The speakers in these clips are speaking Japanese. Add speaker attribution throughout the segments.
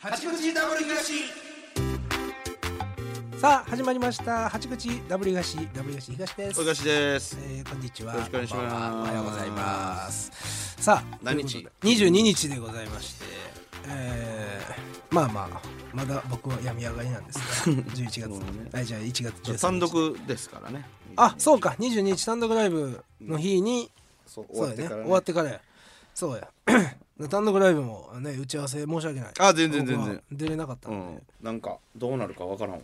Speaker 1: 八口ダブル東
Speaker 2: さあ始まりました八口ダブル東ダブル東東です
Speaker 1: おかしです
Speaker 2: えーこんにちは
Speaker 1: よろしくお願いしま
Speaker 2: こ
Speaker 1: す
Speaker 2: んばんはおはようございますさあ
Speaker 1: 何日
Speaker 2: 二十二日でございましてえー、まあまあまだ僕は病み上がりなんです が11月、あじゃあ1月13日
Speaker 1: 単独ですからね
Speaker 2: あそうか22日単独ライブの日に、
Speaker 1: そう終
Speaker 2: そう
Speaker 1: わっ
Speaker 2: や
Speaker 1: て
Speaker 2: ね
Speaker 1: からね
Speaker 2: 終わってからや そうや単独ライブもね打ち合わせ申し訳ない
Speaker 1: あ全然全然
Speaker 2: 僕は出れなかった
Speaker 1: う
Speaker 2: ので、
Speaker 1: んなんかどうなるかわからんわ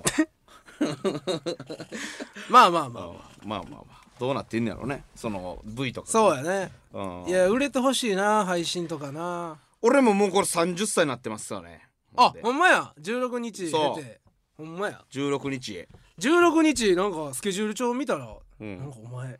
Speaker 2: まあまあ
Speaker 1: う
Speaker 2: ま
Speaker 1: ん
Speaker 2: あ、
Speaker 1: まあまあまあどうなってんねやろねその V とか
Speaker 2: そうやね
Speaker 1: うん
Speaker 2: いや売れてほしいな配信とかな
Speaker 1: 俺ももうこれ30歳になってますよね
Speaker 2: あ
Speaker 1: で
Speaker 2: ほんまや16日
Speaker 1: そ
Speaker 2: 出
Speaker 1: う
Speaker 2: てほんまや
Speaker 1: 16日
Speaker 2: 16日なんかスケジュール帳見たら、
Speaker 1: うん
Speaker 2: なんかお前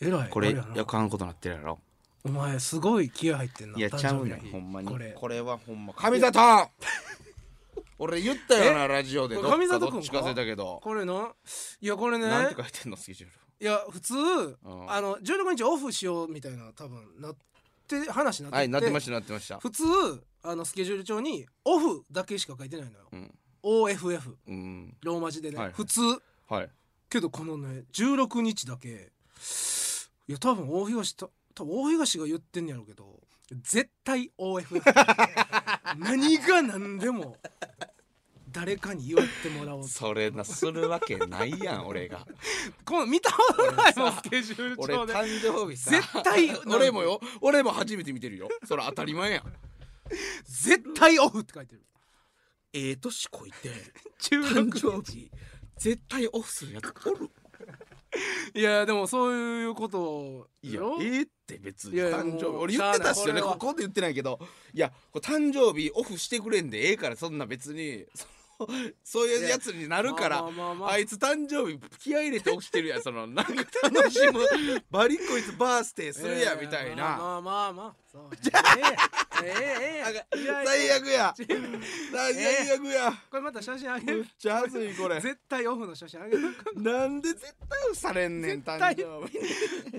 Speaker 2: えらい
Speaker 1: これ
Speaker 2: あやな
Speaker 1: やかんことなってるやろ
Speaker 2: お前すごい気合入ってんない
Speaker 1: やちゃう
Speaker 2: 誕生
Speaker 1: よ
Speaker 2: 日の日
Speaker 1: ほんまに
Speaker 2: これ
Speaker 1: これはほんま神里 俺言ったよなラジオでど
Speaker 2: こ
Speaker 1: っ
Speaker 2: れ
Speaker 1: か
Speaker 2: 神里
Speaker 1: どっちか忘れたけど
Speaker 2: これないやこれね
Speaker 1: なんて書いてんのスケジュール
Speaker 2: いや普通、
Speaker 1: ん
Speaker 2: あの16日オフしようみたいな多分なって話になってて、
Speaker 1: はいなってましたなってました
Speaker 2: 普通あのスケジュール帳にオフだけしか書いてないのよ、
Speaker 1: うん
Speaker 2: OFF
Speaker 1: うん
Speaker 2: ローマ字でね、
Speaker 1: はいはい
Speaker 2: 普通
Speaker 1: はい
Speaker 2: けどこのね16日だけいや多分大東と多分大東が言ってんやろうけど絶対 OF 何が何でも誰かに言わってもらおうと
Speaker 1: それなするわけないやん 俺が
Speaker 2: この見たことないもんスケジュール
Speaker 1: 俺
Speaker 2: 帳で
Speaker 1: 誕生日さ
Speaker 2: 絶対
Speaker 1: 俺もよ俺も初めて見てるよそれ当たり前やん
Speaker 2: 絶対オフって書いてる
Speaker 1: ええ年こいて 誕
Speaker 2: 16
Speaker 1: 生 日絶対オフするやつおる
Speaker 2: いやでもそういうことを
Speaker 1: いや
Speaker 2: よ
Speaker 1: ええって別に
Speaker 2: いやいや
Speaker 1: 誕生日
Speaker 2: もう
Speaker 1: 俺言ってたっすよね
Speaker 2: しゃあな
Speaker 1: こ
Speaker 2: いこれは
Speaker 1: こで言ってないけどいやこれ誕生日オフしてくれんでええからそんな別に そのそういうやつになるから
Speaker 2: まあまあまあ
Speaker 1: あいつ誕生日気合い入れて起きてるやんそのなんか楽しむバリこいつバースデーす るやんみたいな。
Speaker 2: まあまあまあま あそうええええええええいやいや
Speaker 1: 最悪や最悪や
Speaker 2: これまた写真あげ
Speaker 1: めっ
Speaker 2: る
Speaker 1: ちゃ恥ずいこれ
Speaker 2: 絶対オフの写真あげる
Speaker 1: なんで絶対オフされんねん誕
Speaker 2: 対
Speaker 1: 生 日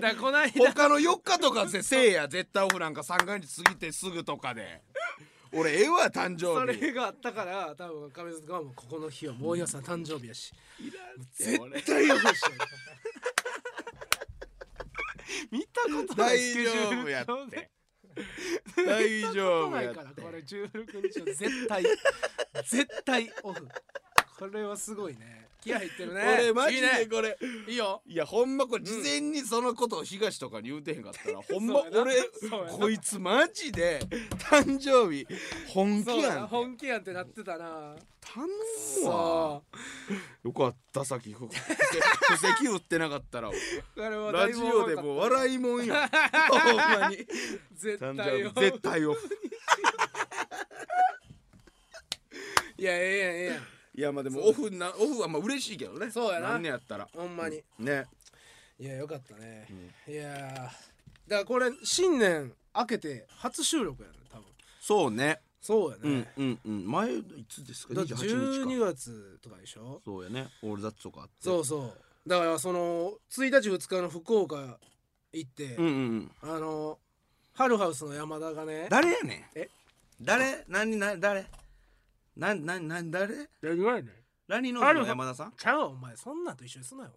Speaker 2: だこないだ
Speaker 1: 他の4日とかせせいや絶対オフなんか三が日過ぎてすぐとかで俺ええわ誕
Speaker 2: そ
Speaker 1: 生日
Speaker 2: れがあったから多分亀塚はもうここの日はもうやさん誕生日やし大
Speaker 1: 絶
Speaker 2: 丈夫でしょ見たことない
Speaker 1: 大
Speaker 2: スケジュ
Speaker 1: 丈
Speaker 2: ー
Speaker 1: 夫
Speaker 2: ル
Speaker 1: やっ
Speaker 2: 帳で
Speaker 1: て大
Speaker 2: 見た
Speaker 1: 丈
Speaker 2: こと
Speaker 1: 夫
Speaker 2: な
Speaker 1: や
Speaker 2: い
Speaker 1: っ
Speaker 2: から
Speaker 1: て
Speaker 2: これ16日は絶 対絶対オフこれはすごいね気合入ってるね
Speaker 1: 俺マジ
Speaker 2: い
Speaker 1: で
Speaker 2: い,、ね、
Speaker 1: これ
Speaker 2: いいよ
Speaker 1: いやほんまこれ事前にそのことを東とかに言うてへんかったら、ほんま
Speaker 2: そうやな
Speaker 1: 俺
Speaker 2: そうやな
Speaker 1: こいつマジで誕生日本気
Speaker 2: そう
Speaker 1: や
Speaker 2: や
Speaker 1: ん
Speaker 2: な本気やんってなってたな
Speaker 1: 頼むわ
Speaker 2: そう
Speaker 1: よかったさっきふ 布石打ってなか ったら
Speaker 2: これはだ
Speaker 1: ラ
Speaker 2: い
Speaker 1: ジ
Speaker 2: ぶ
Speaker 1: オでもう笑いもんやほんまに
Speaker 2: 絶
Speaker 1: 誕
Speaker 2: 対
Speaker 1: 生
Speaker 2: オ
Speaker 1: 日
Speaker 2: フ
Speaker 1: 絶対オフ
Speaker 2: いやええやんええやん
Speaker 1: いやまあでもオフなオフはまあ嬉しいけどね
Speaker 2: そうやなん
Speaker 1: ねやったら
Speaker 2: ほんまに
Speaker 1: ね
Speaker 2: いやよかったね、いやーだからこれ新年明けて初収録やね多分
Speaker 1: そうね
Speaker 2: そうや
Speaker 1: う
Speaker 2: ね
Speaker 1: ん、うんうん前いつですか
Speaker 2: だって
Speaker 1: 28日
Speaker 2: 12
Speaker 1: か
Speaker 2: 月とかでしょ
Speaker 1: そうやねオールザッツとかあって
Speaker 2: そうそうだからその1日2日の福岡行って、
Speaker 1: うんうんうん
Speaker 2: あのハルハウスの山田がね
Speaker 1: 誰やねん
Speaker 2: え
Speaker 1: 誰何何誰何何何誰
Speaker 2: 誰がやね
Speaker 1: ラニーノーズの山田さん
Speaker 2: ちゃうわお前そんなんと一緒にすなよお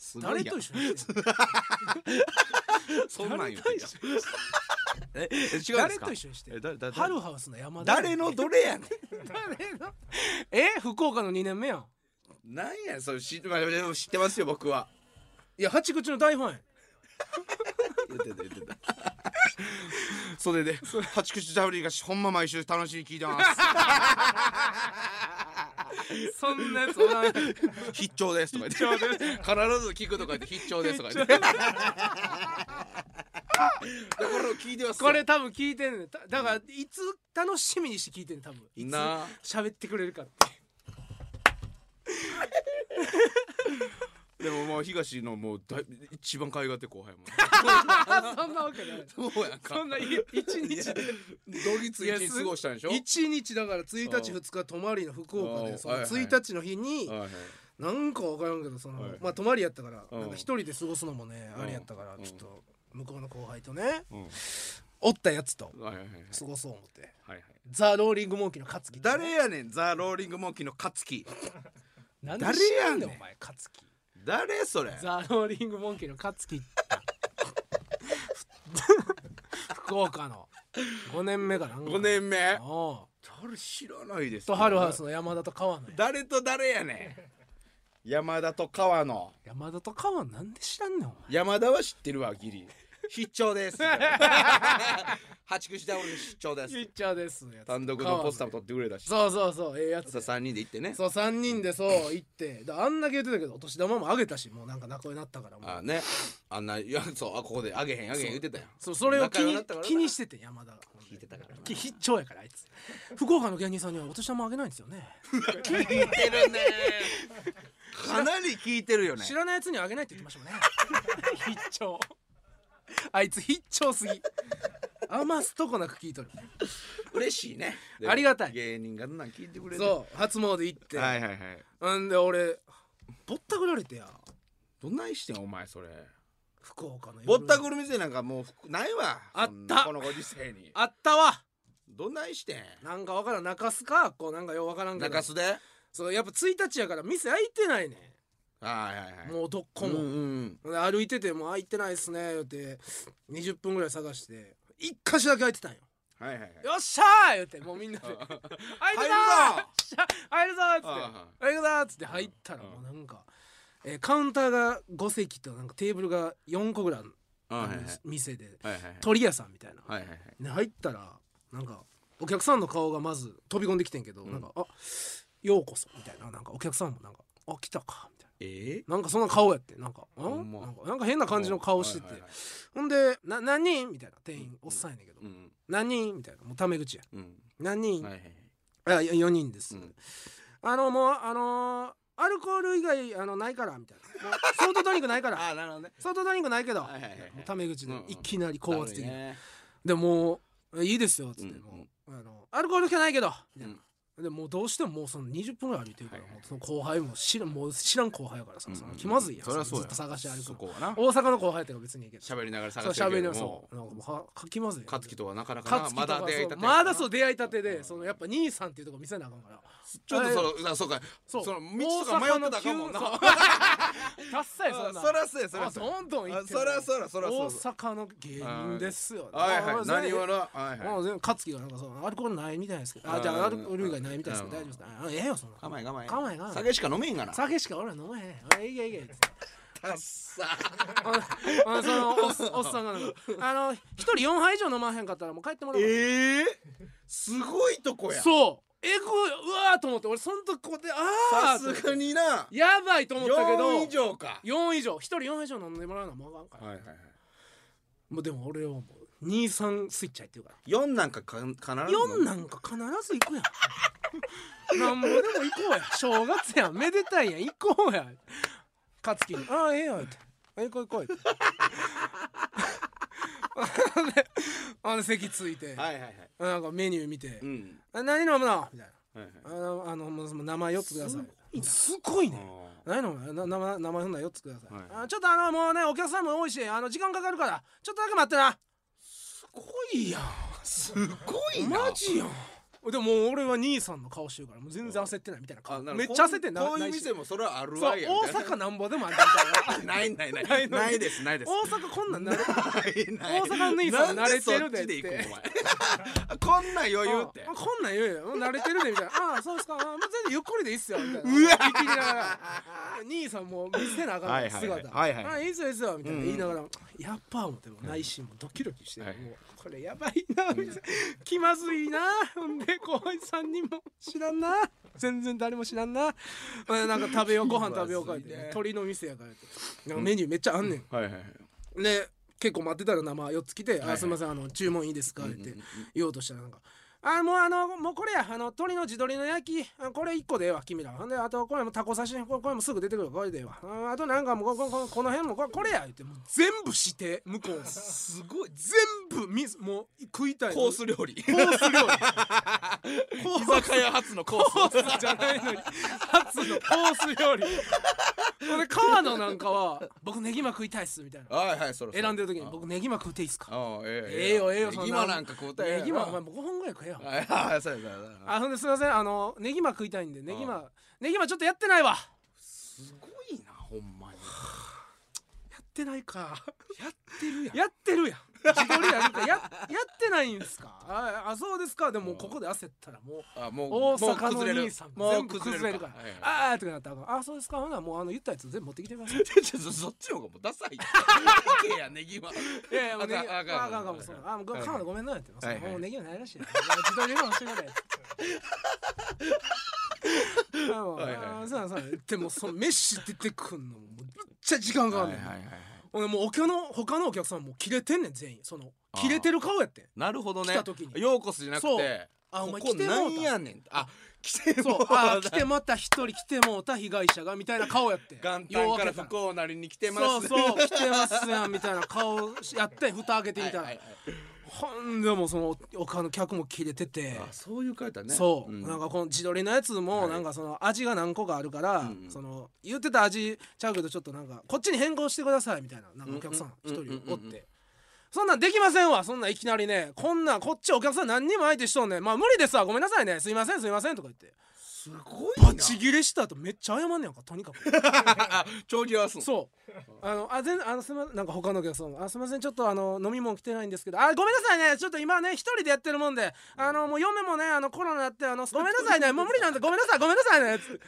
Speaker 1: す
Speaker 2: 前
Speaker 1: ご
Speaker 2: 誰
Speaker 1: いや
Speaker 2: と
Speaker 1: ん
Speaker 2: 一緒にすんの
Speaker 1: そんなん言ってんじゃん ええ違うんですか
Speaker 2: 誰と一緒にして
Speaker 1: え誰誰
Speaker 2: ハルハウスの山田
Speaker 1: 誰のどれやね
Speaker 2: 誰のえ福岡の2年目やん
Speaker 1: ん なんやそれ知,、まあ、でも知ってますよ僕はい
Speaker 2: や八口の大ファンや
Speaker 1: 言ってた言ってた それで八口ダブリがほんま毎週楽しみに聞いてます
Speaker 2: そんなやつおらん
Speaker 1: 必聴ですとか言って必ず聞くとか言って必聴ですとか言って だから聞いてますよ
Speaker 2: これ多分聞いてんねんただからいつ楽しみにして聞いてんねん多分いつ
Speaker 1: なあ
Speaker 2: 喋ってくれるかって
Speaker 1: でももう東のもうだい一番可愛がって後輩も
Speaker 2: あそんなわけない
Speaker 1: そうや
Speaker 2: そ
Speaker 1: んか
Speaker 2: んない一日で
Speaker 1: 同日一日過ごしたんでしょ
Speaker 2: 一日だから1日
Speaker 1: うん
Speaker 2: 2日泊まりの福岡
Speaker 1: うん
Speaker 2: でその
Speaker 1: はいはい
Speaker 2: 1日の日に
Speaker 1: はいはい
Speaker 2: なんか分からんけどその
Speaker 1: はい
Speaker 2: まあ泊まりやったから
Speaker 1: うん
Speaker 2: なんか一人で過ごすのもね
Speaker 1: うん
Speaker 2: あれやったから
Speaker 1: うん
Speaker 2: ちょっと向こうの後輩とね
Speaker 1: うん
Speaker 2: おったやつと
Speaker 1: はいはいはい
Speaker 2: 過ごそう思って
Speaker 1: はいはい
Speaker 2: ザ・ローリング・モンキーの勝木
Speaker 1: 誰やねんザ・ローリング・モンキーの勝木
Speaker 2: なんで
Speaker 1: 誰
Speaker 2: 知ら
Speaker 1: や
Speaker 2: ん
Speaker 1: ねん
Speaker 2: ねんお前勝木
Speaker 1: 誰それ
Speaker 2: ザ・ローリング・モンキーの勝 木福岡の5年目かなんか
Speaker 1: 5年目
Speaker 2: おう
Speaker 1: 誰知らないです
Speaker 2: とハルハウスの山田と川野や
Speaker 1: 誰と誰やね ん山田と川野
Speaker 2: 山田と川野なんで知らんねんお前
Speaker 1: 山田は知ってるわギリ必聴です 八口ダウン必聴で
Speaker 2: ピ
Speaker 1: す
Speaker 2: ッチャーですやつ
Speaker 1: 単独のポスターも
Speaker 2: 川
Speaker 1: 撮ってくれたし
Speaker 2: 野そうそうそうええやつ
Speaker 1: さ3人で行ってね
Speaker 2: そう3人でそう行ってだあんだけ言ってたけどお年玉もあげたしもうなんか仲良くなったからもう
Speaker 1: ああねあんないやそうあここであげへんあげへん言ってたやん
Speaker 2: そうそれを気
Speaker 1: 仲良
Speaker 2: に
Speaker 1: くなったからな
Speaker 2: 気にしてて山田が
Speaker 1: 聞いてたからな
Speaker 2: き必聴やからあいつ福岡の芸人さんにはお年玉あげないんですよね
Speaker 1: 聞いてるねかなり聞いてるよね
Speaker 2: 知らないやつにはあげないって言ってましたもんね 必聴あいつ必聴すぎ余すとこなく聞いとる
Speaker 1: 嬉しいね
Speaker 2: ありがたい
Speaker 1: 芸人がそんなん聞いてくれて
Speaker 2: そう初詣行って、
Speaker 1: はいはいはい
Speaker 2: んで俺ぼったくられてや
Speaker 1: どないしてんお前それ
Speaker 2: 福岡の夜
Speaker 1: ぼったくる店なんかもうふくないわ
Speaker 2: あった
Speaker 1: そんなこのご時世に
Speaker 2: あったわ
Speaker 1: どないしてん
Speaker 2: なんかわからん中洲かこうなんかようわからんけど
Speaker 1: 中洲ではい
Speaker 2: そうやっぱ1日やから店開いてないね
Speaker 1: はいはい
Speaker 2: んもうどっこも、
Speaker 1: うんうん
Speaker 2: で歩いてても開いてないっすね言って20分ぐらい探して一箇所だけ開いてたんよ
Speaker 1: はいはいはい
Speaker 2: よっしゃー言ってもうみんなで開いてたー入るぞーっつって
Speaker 1: あ
Speaker 2: 入るぞーっつって入ったら
Speaker 1: うん
Speaker 2: もうなんか、えーカウンターが5席となんかテーブルが4個ぐらい
Speaker 1: あ
Speaker 2: あ
Speaker 1: はいは
Speaker 2: る
Speaker 1: い
Speaker 2: 店で
Speaker 1: はいはい
Speaker 2: 鳥屋さんみたいな
Speaker 1: はいはいはい
Speaker 2: で入ったらなんかお客さんの顔がまず飛び込んできてんけど、
Speaker 1: うん
Speaker 2: なんか「あようこそ」みたいななんかお客さんもなんか「あ来たか」みたい
Speaker 1: え
Speaker 2: ななんかそんな顔やってなんか「ん
Speaker 1: ほんま
Speaker 2: なんかなんか変な感じの顔してて、
Speaker 1: はいはいはい
Speaker 2: ほんで「な何人?」みたいな店員、
Speaker 1: うん
Speaker 2: おっさんやねんけど「
Speaker 1: うん
Speaker 2: 何人?」みたいなもうタメ口や
Speaker 1: うん
Speaker 2: 「何人
Speaker 1: はいはいはい
Speaker 2: あいや4人です、
Speaker 1: うん
Speaker 2: あのもうあのーアルコール以外あのないからみたいなもうソートドリンク ないから
Speaker 1: あなるほどね
Speaker 2: ソートドリンクないけど、
Speaker 1: はいはいはいはい
Speaker 2: もうタメ口で
Speaker 1: うんうん
Speaker 2: いきなり高圧的な、
Speaker 1: ね
Speaker 2: でもういいですよっつって、
Speaker 1: うん
Speaker 2: もうあのアルコールしかないけど、みたいな
Speaker 1: うん
Speaker 2: でもうどうしてももうその20分ぐらい歩いてるから、
Speaker 1: はいはい
Speaker 2: もうその後輩も知らんもう知らん後輩やからさ、
Speaker 1: うん
Speaker 2: その気まずいやん
Speaker 1: そりゃそうや
Speaker 2: ずっと探して歩
Speaker 1: そ
Speaker 2: くの
Speaker 1: こはな
Speaker 2: 大阪の後輩とか別にいいけど
Speaker 1: 喋りながら
Speaker 2: そ
Speaker 1: 探
Speaker 2: う
Speaker 1: して
Speaker 2: 喋
Speaker 1: るけ
Speaker 2: りな
Speaker 1: ど
Speaker 2: がらそ
Speaker 1: も
Speaker 2: うなんかもうはかきまずいやん
Speaker 1: 勝樹とはなかなか
Speaker 2: 勝
Speaker 1: な
Speaker 2: 樹
Speaker 1: ま
Speaker 2: とか
Speaker 1: だ
Speaker 2: そう
Speaker 1: 出会いたて
Speaker 2: まだそうう出会いたて
Speaker 1: う
Speaker 2: で
Speaker 1: ん
Speaker 2: そのやっぱ兄さんっていうとこ見せなあかんから
Speaker 1: ちょっとそのあそうか
Speaker 2: そう
Speaker 1: その道とか迷ってたかもんな
Speaker 2: 大阪の急たっさやそんな
Speaker 1: そらそうやそら
Speaker 2: あ
Speaker 1: そうや
Speaker 2: どんどん行って
Speaker 1: あそらそらそらそう
Speaker 2: 大阪の芸人ですよね
Speaker 1: はい
Speaker 2: まあ
Speaker 1: はい何
Speaker 2: まあ
Speaker 1: をなはい
Speaker 2: も
Speaker 1: は
Speaker 2: う全部勝樹がなんかそうアルコールないみたいですけど
Speaker 1: う
Speaker 2: あ
Speaker 1: ん
Speaker 2: じゃあアルコール以外ないみたいですけど
Speaker 1: う
Speaker 2: 大丈夫
Speaker 1: ん
Speaker 2: ですかあええよそん
Speaker 1: い
Speaker 2: な
Speaker 1: 構え構え
Speaker 2: 構え構え
Speaker 1: 酒しか飲めへんがな
Speaker 2: 酒しか俺は飲まへんあいけいけいけ
Speaker 1: たっさ
Speaker 2: ほんほんでそのおっおっさんがなんかあの一人4杯以上飲まへんかったらもう帰ってもらおうかな
Speaker 1: ええすごいとこや
Speaker 2: そうえぐいうわーと思って俺その時こうであ
Speaker 1: さ
Speaker 2: あ
Speaker 1: すがにな
Speaker 2: やばいと思ったけど
Speaker 1: 4以上か
Speaker 2: 4以上1人4以上飲んでもらうのはもうあかんから、
Speaker 1: はいはいはい
Speaker 2: もうでも俺はもう23スイッチ入ってるから
Speaker 1: 4なんかか必ず
Speaker 2: 4
Speaker 1: ん
Speaker 2: なんか必ず行くやん なんぼでも行こうや正月やんめでたいやん行こうや勝樹に「ああええよ」って「あ行こう行こう」ってほんで あの席ついて、
Speaker 1: はいはいはい
Speaker 2: なんかメニュー見て
Speaker 1: うん
Speaker 2: 「あ何飲むの?」みたいな
Speaker 1: はいはい
Speaker 2: 「あのあのもうもう名前4つください」すごいね何のな名前名前ふんだ4つください、
Speaker 1: はい
Speaker 2: あちょっとあのもうねお客さんも多いしあの時間かかるからちょっとだけ待ってな
Speaker 1: すごいやんすごいな
Speaker 2: マジやんでももう俺は兄さんの顔してるからもう全然焦ってないみたいな
Speaker 1: あ
Speaker 2: 顔
Speaker 1: なるほど
Speaker 2: めっちゃ焦ってんな
Speaker 1: こういう
Speaker 2: 内
Speaker 1: 店
Speaker 2: 心
Speaker 1: もそれはある
Speaker 2: そう
Speaker 1: わやみたいな
Speaker 2: 大阪なんぼでもあるみたいな
Speaker 1: ないないない
Speaker 2: ないのに
Speaker 1: ないです ないです
Speaker 2: 大阪こんなんなる
Speaker 1: 大
Speaker 2: 大阪の兄さん慣れてるでって
Speaker 1: こんなん余裕って
Speaker 2: あこんなん言うようん慣れてるでみたいなああそうですかあもう全然ゆっくりでいいっすよみたいな
Speaker 1: うわ
Speaker 2: 見切りながら兄さんも見せなあかんから姿
Speaker 1: はいはいはいはいはい
Speaker 2: あいいっすよいいっすよみたいな
Speaker 1: うんうん
Speaker 2: 言いながら、やっぱ思っても内心もドキドキして、
Speaker 1: はい
Speaker 2: もうこれやばいな、みたいな気まずいなほんで後輩さんにも知らんな全然誰も知らんなほんでなんか食べようご飯食べようかって、
Speaker 1: 気まずいね
Speaker 2: 鳥の店やからってなんかメニューめっちゃあんねん、
Speaker 1: はいはいはい
Speaker 2: で結構待ってたら生4つ来て「
Speaker 1: はいは
Speaker 2: あ
Speaker 1: い
Speaker 2: すみませんあの注文いいですか?」っ
Speaker 1: うんうんう
Speaker 2: て
Speaker 1: ん
Speaker 2: 言おうとしたらなんか「あもうあのもうこれやあの鶏の地鶏の焼きあこれ1個でええわ君ら」ほんであとこれもタコ刺しこれこれもすぐ出てくるこれでええわああとなんかもうここここの辺もこれこれや」言ってもう全部して向こう
Speaker 1: すごい
Speaker 2: 全部みもう食いたい
Speaker 1: コース料理
Speaker 2: コース料理
Speaker 1: 居酒屋初のコース
Speaker 2: コースじゃないのに初のコース料理 ほんで川野なんかは「僕ネギマ食いたいっす」みたいな
Speaker 1: はいはいそろそろ
Speaker 2: 選んでる時に「
Speaker 1: あ
Speaker 2: 僕ネギマ食うていいっすか?」
Speaker 1: ああえ
Speaker 2: ええよええよそんな
Speaker 1: ネギマなんかこうた
Speaker 2: ネギマお前
Speaker 1: はい
Speaker 2: 5本ぐらい食えよ
Speaker 1: はいそうやそうやそうや
Speaker 2: あほんですいませんあのネギマ食いたいんでネギマネギマちょっとやってないわ
Speaker 1: すごいなほんまに
Speaker 2: やってないか
Speaker 1: やってるやん
Speaker 2: やってるやん自撮りやるかややってないんですかああそうですかでも
Speaker 1: うん
Speaker 2: ここで焦ったらもう
Speaker 1: あもう
Speaker 2: 大阪
Speaker 1: もう
Speaker 2: の
Speaker 1: 崩れる
Speaker 2: 兄さん
Speaker 1: も
Speaker 2: 全
Speaker 1: う
Speaker 2: 部崩れるから
Speaker 1: はいはい
Speaker 2: ああってなったらあかんあそうですかほなもうあの言ったやつ全部持ってきてください
Speaker 1: ちょっとそっちの方がもうダサいって。いけやネ ギは。
Speaker 2: いやいやもうネギ
Speaker 1: あかん
Speaker 2: あ
Speaker 1: あかん
Speaker 2: あかんかもそうあもう
Speaker 1: はい
Speaker 2: カナダごめんなってなそ
Speaker 1: は
Speaker 2: う
Speaker 1: いはい
Speaker 2: もうネギはないらしいな自撮りもしてくれ あもう
Speaker 1: はいはい
Speaker 2: あそうなんそうなんでもその飯出てくんのもめっちゃ時間かかんねん
Speaker 1: いはい。
Speaker 2: ほんでもうお客の他のお客さんもう切れてんねん全員その
Speaker 1: あー
Speaker 2: 切れてる顔やってん
Speaker 1: なるほどね。
Speaker 2: 来た時に
Speaker 1: ようこそじゃなく
Speaker 2: そう
Speaker 1: て。
Speaker 2: あお前
Speaker 1: ここ
Speaker 2: 来てもうた
Speaker 1: なんやねん。あ、来て
Speaker 2: そ
Speaker 1: も
Speaker 2: う
Speaker 1: う
Speaker 2: あ来
Speaker 1: た。
Speaker 2: てまた一人来てもうた被害者がみたいな顔やってん
Speaker 1: 元旦
Speaker 2: 夜
Speaker 1: から
Speaker 2: 明け
Speaker 1: 不幸なりに来てます。
Speaker 2: そうそう来てますやんみたいな顔やってん蓋開けてみたいな、
Speaker 1: はいはい
Speaker 2: ほんでもうそのおかの客も切れてて
Speaker 1: はい。あ、そういう書いたね。
Speaker 2: そう、
Speaker 1: ん
Speaker 2: なんかこの地鶏のやつも
Speaker 1: はい
Speaker 2: なんかその味が何個かあるから、
Speaker 1: うんうん
Speaker 2: その言ってた味ちゃうけどちょっとなんかこっちに変更してくださいみたいななんかお客さん
Speaker 1: うん
Speaker 2: 一
Speaker 1: うん
Speaker 2: 人おっ
Speaker 1: うんうんうん
Speaker 2: て。そんなんできませんわそんなんいきなりねこんなんこっちお客さん何人も相手しとんねんまあ無理ですわごめんなさいねすいませんすいませんとか言って
Speaker 1: すごいな。
Speaker 2: バチギレした後めっちゃ謝んねやんかとにかく
Speaker 1: あ、調理合わすの。
Speaker 2: そうあのあ全あのすいまなんか他のお客さんもあすいませんちょっとあの飲み物来てないんですけどあごめんなさいねちょっと今ね一人でやってるもんであのもう嫁もねあのコロナやってあのごめんなさいねもう無理なんでごめんなさいごめんなさいねつって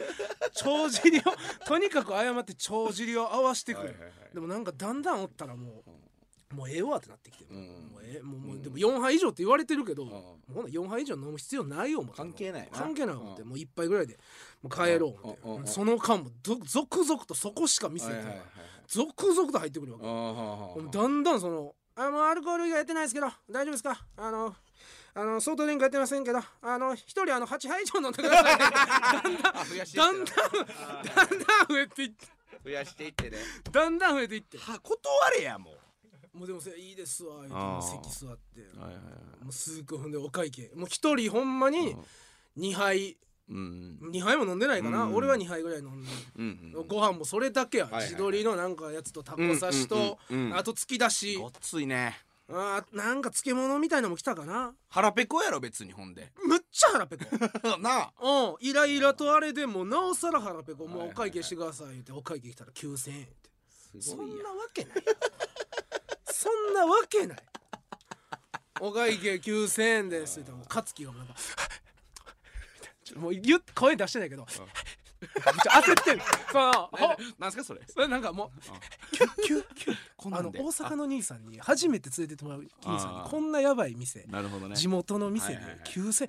Speaker 2: 帳尻をとにかく謝って帳尻を合わしてく
Speaker 1: はい
Speaker 2: る、
Speaker 1: はいはい
Speaker 2: でもなんかだんだんおったらもうもうええわってなってきて、
Speaker 1: うん
Speaker 2: もうええもうもうでも4杯以上って言われてるけど、
Speaker 1: ん
Speaker 2: もうほな4杯以上飲む必要ないよ思って
Speaker 1: 関係ないな
Speaker 2: 関係ない思って、
Speaker 1: う
Speaker 2: もう1杯ぐらいでもう帰ろう思って、
Speaker 1: うんうんうん
Speaker 2: その間もぞ続々とそこしか見せて
Speaker 1: はい
Speaker 2: な
Speaker 1: はいいはいはい。
Speaker 2: 続々と入ってくるわ
Speaker 1: あ
Speaker 2: け、
Speaker 1: ーはーはー
Speaker 2: もうだんだんそのあもうアルコール以外やってないですけど大丈夫ですかあのあの相当電化やってませんけどあの一人あの8杯以上飲んでください ね
Speaker 1: あ増やしていっ
Speaker 2: だんだん
Speaker 1: て
Speaker 2: だんだん増えていって
Speaker 1: な増やしていってね。
Speaker 2: だんだん増えていって
Speaker 1: は断れやもう。
Speaker 2: もうでもそれいいですわ言うて
Speaker 1: あー
Speaker 2: もう席座って
Speaker 1: はいはいはい
Speaker 2: もうすぐほんでお会計もう一人ほんまに2杯
Speaker 1: うん
Speaker 2: 2杯も飲んでないかな、
Speaker 1: うん
Speaker 2: 俺は2杯ぐらい飲んで、
Speaker 1: うんうん。
Speaker 2: ご飯もそれだけや、
Speaker 1: いはいはい
Speaker 2: 自撮りのなんかやつとタコ刺しと、
Speaker 1: うんうんうんうん
Speaker 2: あと突き出し
Speaker 1: ごっついね。
Speaker 2: あーなんか漬物みたいのも来たかな
Speaker 1: 腹ペコやろ別にほんで
Speaker 2: むっちゃ腹ペコ
Speaker 1: なあ
Speaker 2: うんイライラとあれでもうなおさら腹ペコも
Speaker 1: は
Speaker 2: うお
Speaker 1: いはいはい
Speaker 2: 会計してください言ってお会計来たら9,000円ってそ
Speaker 1: そ
Speaker 2: ん
Speaker 1: ん
Speaker 2: なわ
Speaker 1: な
Speaker 2: けないやんそんなわけないお会計9,000円ですって言ったらもう勝樹がもうなんかちょっともう言う声出してないけどちょっと焦ってるそのほ
Speaker 1: なんすかそれ
Speaker 2: それなんかもうキュッキュッキュッ
Speaker 1: こん
Speaker 2: あ
Speaker 1: な
Speaker 2: の
Speaker 1: んで
Speaker 2: 大阪の兄さんに初めて連れてってもらう兄さん
Speaker 1: あ
Speaker 2: に
Speaker 1: ー
Speaker 2: こんなやばい店
Speaker 1: なるほどね
Speaker 2: 地元の店で
Speaker 1: はいはいはい
Speaker 2: 9,000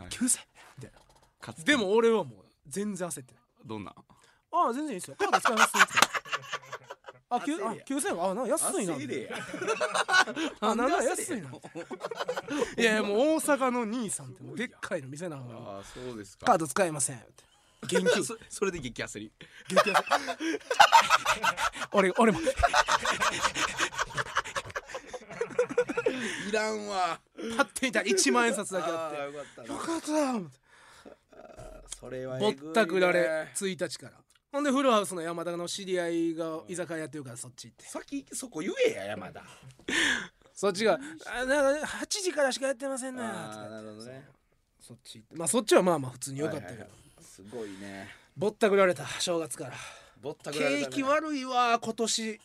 Speaker 1: はい
Speaker 2: 9,000みたいな
Speaker 1: かつて
Speaker 2: でも俺はもう全然焦ってない
Speaker 1: どんな
Speaker 2: ああ全然いいですよカード使いますよ あきゅ
Speaker 1: 焦
Speaker 2: あ
Speaker 1: れや
Speaker 2: 9000円あなんか安いな
Speaker 1: 焦れや
Speaker 2: あなんか
Speaker 1: なんで
Speaker 2: 安
Speaker 1: 焦
Speaker 2: い
Speaker 1: れや
Speaker 2: な
Speaker 1: の
Speaker 2: いやいやもう大阪の兄さんってもうでっかいの店なのに
Speaker 1: ああそうです
Speaker 2: カー
Speaker 1: か
Speaker 2: ド使えませんって現金
Speaker 1: そそれで激焦り
Speaker 2: 激安 俺俺も
Speaker 1: いらんわ
Speaker 2: パッて見たら1万円札だけあって
Speaker 1: ーよかった
Speaker 2: よかった
Speaker 1: な
Speaker 2: 思って
Speaker 1: それは
Speaker 2: ぼ
Speaker 1: え
Speaker 2: っ
Speaker 1: ぐいね
Speaker 2: たくられ1日からほんでフルハウスの山田の知り合いが居酒屋やってるからそっち行って
Speaker 1: 先そこ言えや山田
Speaker 2: そっちが「あなんか8時からしかやってませんね」と
Speaker 1: あ
Speaker 2: か
Speaker 1: ー
Speaker 2: 言
Speaker 1: な
Speaker 2: って
Speaker 1: るほどね
Speaker 2: そっち行ってまあそっちはまあまあ普通に良かったけど、
Speaker 1: はいはいはいすごいね
Speaker 2: ぼったくられた正月から
Speaker 1: ぼったくられ
Speaker 2: 景
Speaker 1: たね
Speaker 2: 気悪いわ今年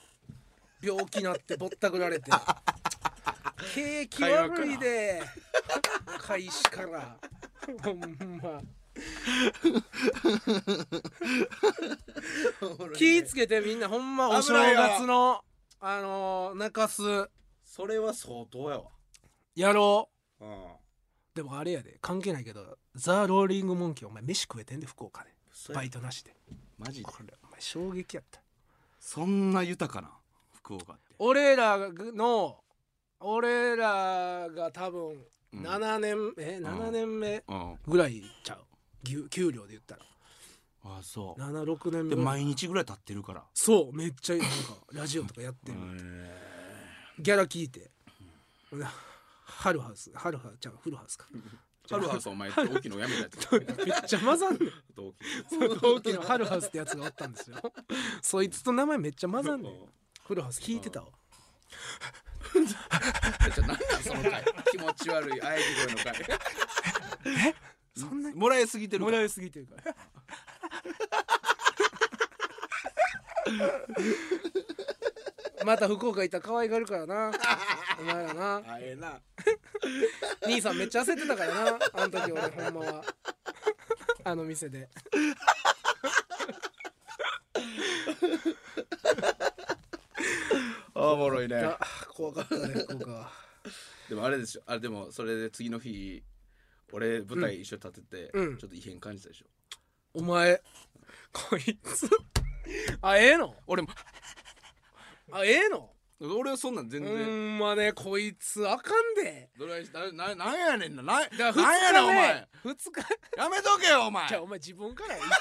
Speaker 2: 病気なってぼったくら れて景気悪いで開始からほんま
Speaker 1: おもろいね
Speaker 2: 気ぃつけてみんなほんまお正月のあのー中洲
Speaker 1: それは相当やわ
Speaker 2: やろう
Speaker 1: うん
Speaker 2: でもあれやで関係ないけどザ・ローリング・モンキーお前飯食えてんで福岡で
Speaker 1: 嘘や
Speaker 2: バイトなしで
Speaker 1: マジで
Speaker 2: これお前衝撃やった
Speaker 1: そんな豊かな福岡って
Speaker 2: 俺らの俺らが多分
Speaker 1: うん
Speaker 2: 7年、え7年目
Speaker 1: うんあ
Speaker 2: ぐらいちゃう給給料で言ったら
Speaker 1: あそう
Speaker 2: 76年目ぐ
Speaker 1: で
Speaker 2: らい
Speaker 1: 毎日ぐらい経ってるから
Speaker 2: そうめっちゃいいなんかラジオとかやってるギャラ聞いてなハルハウスハルハウちゃうフルハウスか
Speaker 1: ハルハウスお前同期のやめたやつ
Speaker 2: めっちゃ混ざんねん
Speaker 1: 同期
Speaker 2: そう同 期のハルハウスってやつがおったんですよそいつと名前めっちゃ混ざんねんフルハウス聞いてたわ
Speaker 1: じゃあ何なんその回気持ち悪い喘ぎ声の回
Speaker 2: そんな
Speaker 1: もらいすぎてる
Speaker 2: も
Speaker 1: から
Speaker 2: らいすぎてるからまた福岡行ったら可愛がるからなお前らな
Speaker 1: あええな
Speaker 2: 兄さんめっちゃ焦ってたからなあの時俺ほんまはあの店で
Speaker 1: おもろいね
Speaker 2: あ怖かったね福岡は
Speaker 1: でもあれでしょあれでもそれで次の日俺舞台一緒に立てて、
Speaker 2: うん
Speaker 1: ちょっと異変感じたでしょ
Speaker 2: お前こいつあええの
Speaker 1: 俺も
Speaker 2: あええの
Speaker 1: 俺はそんなん全
Speaker 2: ほ
Speaker 1: 然
Speaker 2: んまねこいつあかんで
Speaker 1: どれなななんやねんななん
Speaker 2: だ
Speaker 1: なんやねんお前
Speaker 2: 2日
Speaker 1: やめとけよお前
Speaker 2: じゃあお前自分から 言って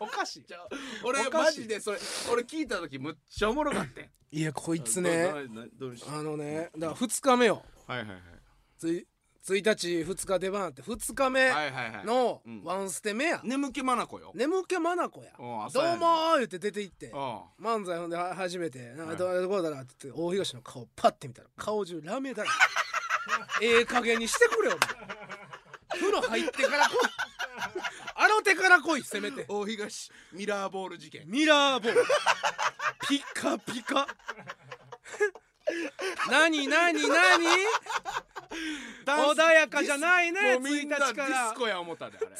Speaker 2: おかし
Speaker 1: じゃあ俺
Speaker 2: おか
Speaker 1: マ
Speaker 2: しい
Speaker 1: ジでそれ俺聞いた時むっちゃおもろかったよ
Speaker 2: いいやこいつね
Speaker 1: ななどうした
Speaker 2: あのねだから2日目よ
Speaker 1: はいはいはい
Speaker 2: つい1日2日出番あって2日目
Speaker 1: はいはいはい
Speaker 2: の
Speaker 1: うん
Speaker 2: ワンステ目や、
Speaker 1: 眠気まなこよ
Speaker 2: 眠気まなこや
Speaker 1: うん朝
Speaker 2: どう
Speaker 1: やね
Speaker 2: もー言って出て行って
Speaker 1: あ
Speaker 2: 漫才ほんでは初めて「なん
Speaker 1: は
Speaker 2: か
Speaker 1: い
Speaker 2: どうどこだな」って言って大東の顔パッて見たら顔中ラメだらけ ええ加減にしてくれよ風呂入ってから来いあの手から来いせめて
Speaker 1: 大東ミラーボール事件
Speaker 2: ミラーボールピカピカ 何何何
Speaker 1: ダンス
Speaker 2: 穏やかじゃないね
Speaker 1: もうみ
Speaker 2: 1
Speaker 1: んなデ
Speaker 2: 日か
Speaker 1: ィ
Speaker 2: ら
Speaker 1: スコや思ったであれ
Speaker 2: 1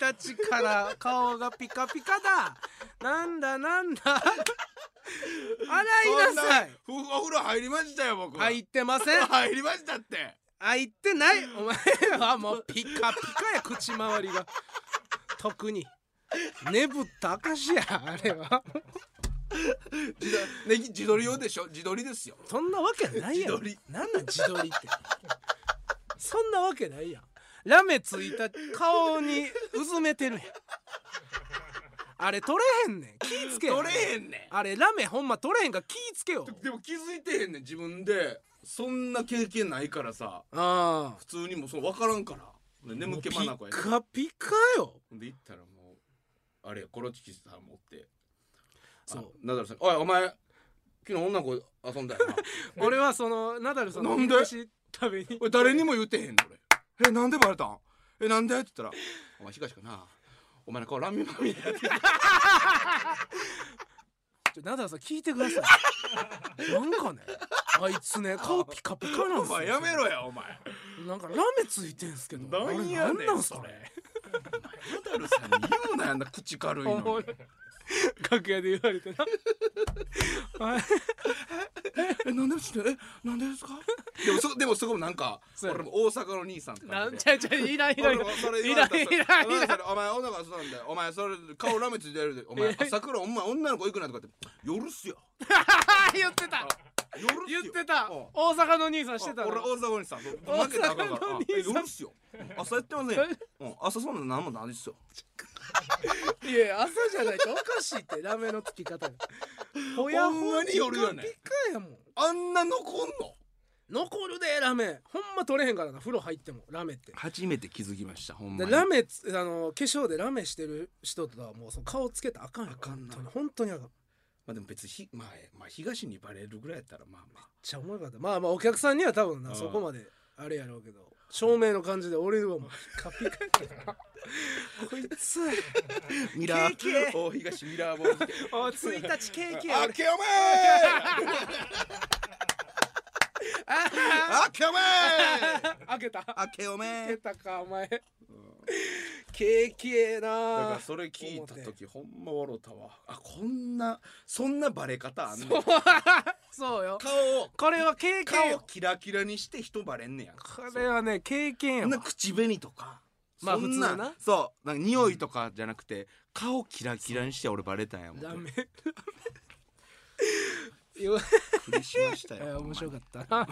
Speaker 2: 日から顔がピカピカだなんだなんだ洗いなさい
Speaker 1: そんなお風呂入りましたよ僕は
Speaker 2: 入ってません
Speaker 1: 入りましたって
Speaker 2: 入ってないお前はもうピカピカや口周りが特にぶった証やあれは
Speaker 1: 自撮,、ね、自撮り用でしょ自撮りですよ
Speaker 2: そんなわけないやん
Speaker 1: 自撮り
Speaker 2: なんなん自撮りってそんなわけないやんラメついた顔にうずめてるやんあれ取れへんねん気ぃつけ
Speaker 1: 撮れへんね
Speaker 2: あれラメほんま取れへんから気ぃつけよ
Speaker 1: んでも気づいてへんねん自分でそんな経験ないからさ
Speaker 2: ああ
Speaker 1: 普通にもうその分からんからで眠気まなこやね
Speaker 2: ピカピカよ
Speaker 1: ほんで行ったらもうあれやコロチキさん持って
Speaker 2: そう
Speaker 1: あナダルさん「おいお前昨日女の子遊んだよ な」
Speaker 2: 俺はそのナダルさんの
Speaker 1: なんで
Speaker 2: 飯食べに
Speaker 1: 俺誰にも言ってへんの俺「えなんでバレたんえなんで?」って言ったら「お前東かなお前の顔ラミマミや って
Speaker 2: ちょナダルさん聞いてくださいなんかねあいつね顔ピカピカなん
Speaker 1: お
Speaker 2: ですよ
Speaker 1: 前やめろやお前
Speaker 2: なんかラメついてんすけど
Speaker 1: な
Speaker 2: あれ
Speaker 1: んや
Speaker 2: な
Speaker 1: ね
Speaker 2: んなんんす
Speaker 1: そ
Speaker 2: か
Speaker 1: れ
Speaker 2: ね
Speaker 1: ナダルさんに言うなやんな口軽いのに
Speaker 2: 楽屋で言われてなあ
Speaker 1: えなんでしてえなんでで すかでもそでもそこもなんか
Speaker 2: そうや
Speaker 1: 俺も大阪の兄さんって
Speaker 2: な
Speaker 1: 感
Speaker 2: ん
Speaker 1: じ
Speaker 2: ちゃいちゃいいないい
Speaker 1: で
Speaker 2: ない
Speaker 1: 俺
Speaker 2: いな
Speaker 1: もそれ
Speaker 2: い
Speaker 1: 言
Speaker 2: な
Speaker 1: われたら
Speaker 2: いいないいない
Speaker 1: お前女が遊んだよお前それ顔ラメついてるでお前桜お前女の子行くなとかって夜っすよ
Speaker 2: 言ってた
Speaker 1: 夜っすよ
Speaker 2: 言ってた
Speaker 1: うん
Speaker 2: 大阪の兄さんしてた
Speaker 1: あ
Speaker 2: な
Speaker 1: 俺大阪にさ負けたらあかんか
Speaker 2: 大
Speaker 1: ら
Speaker 2: 阪の
Speaker 1: あ
Speaker 2: 兄
Speaker 1: え
Speaker 2: さん
Speaker 1: 夜っすよ朝やってませんよ、うん、朝そんな何もないっすよ
Speaker 2: いやいや朝じゃないとおかしいってラメのつき方が ほやほ
Speaker 1: ほんまによるよね
Speaker 2: ピカピカやもん
Speaker 1: あんな残んの
Speaker 2: 残るでラメほんま取れへんからな風呂入ってもラメって
Speaker 1: 初めて気づきましたほん
Speaker 2: でラメつあの化粧でラメしてる人とはもうその顔つけたらあかんよ
Speaker 1: あかん
Speaker 2: 本
Speaker 1: な
Speaker 2: 当に本当にあかんめっ
Speaker 1: まあでも別にひ、まあ、まあ東にバレるぐらいやったらまあまあ
Speaker 2: ちゃおもろかったまあまあお客さんには多分
Speaker 1: う
Speaker 2: なんそこまであれやろうけど照明の感じで俺はもうカピカやったな こいつ
Speaker 1: ミ
Speaker 2: ラー経験
Speaker 1: 大東ミラーボールって
Speaker 2: お1日ケーキや
Speaker 1: あ
Speaker 2: 俺
Speaker 1: けおめー
Speaker 2: あ
Speaker 1: あけおめー
Speaker 2: ー開けた開
Speaker 1: あけおめ
Speaker 2: け
Speaker 1: ー
Speaker 2: たかお前ケーキええ
Speaker 1: だか
Speaker 2: な
Speaker 1: らそれ聞いた時ほんま笑ったわあこんなそんなバレ方あんねん
Speaker 2: そうよ
Speaker 1: 顔を
Speaker 2: これは経験
Speaker 1: 顔を
Speaker 2: よ
Speaker 1: キラキラにして人バレんねや
Speaker 2: これはね経験や
Speaker 1: そんな
Speaker 2: わ
Speaker 1: 口紅とか
Speaker 2: まあ
Speaker 1: そん
Speaker 2: 普通な
Speaker 1: そうなんか匂いとかじゃなくて顔キラキラにして俺バレたんやもん
Speaker 2: ラ
Speaker 1: び
Speaker 2: メ
Speaker 1: っ
Speaker 2: 言わ
Speaker 1: くりしまし た
Speaker 2: えー
Speaker 1: よ
Speaker 2: 面白かったな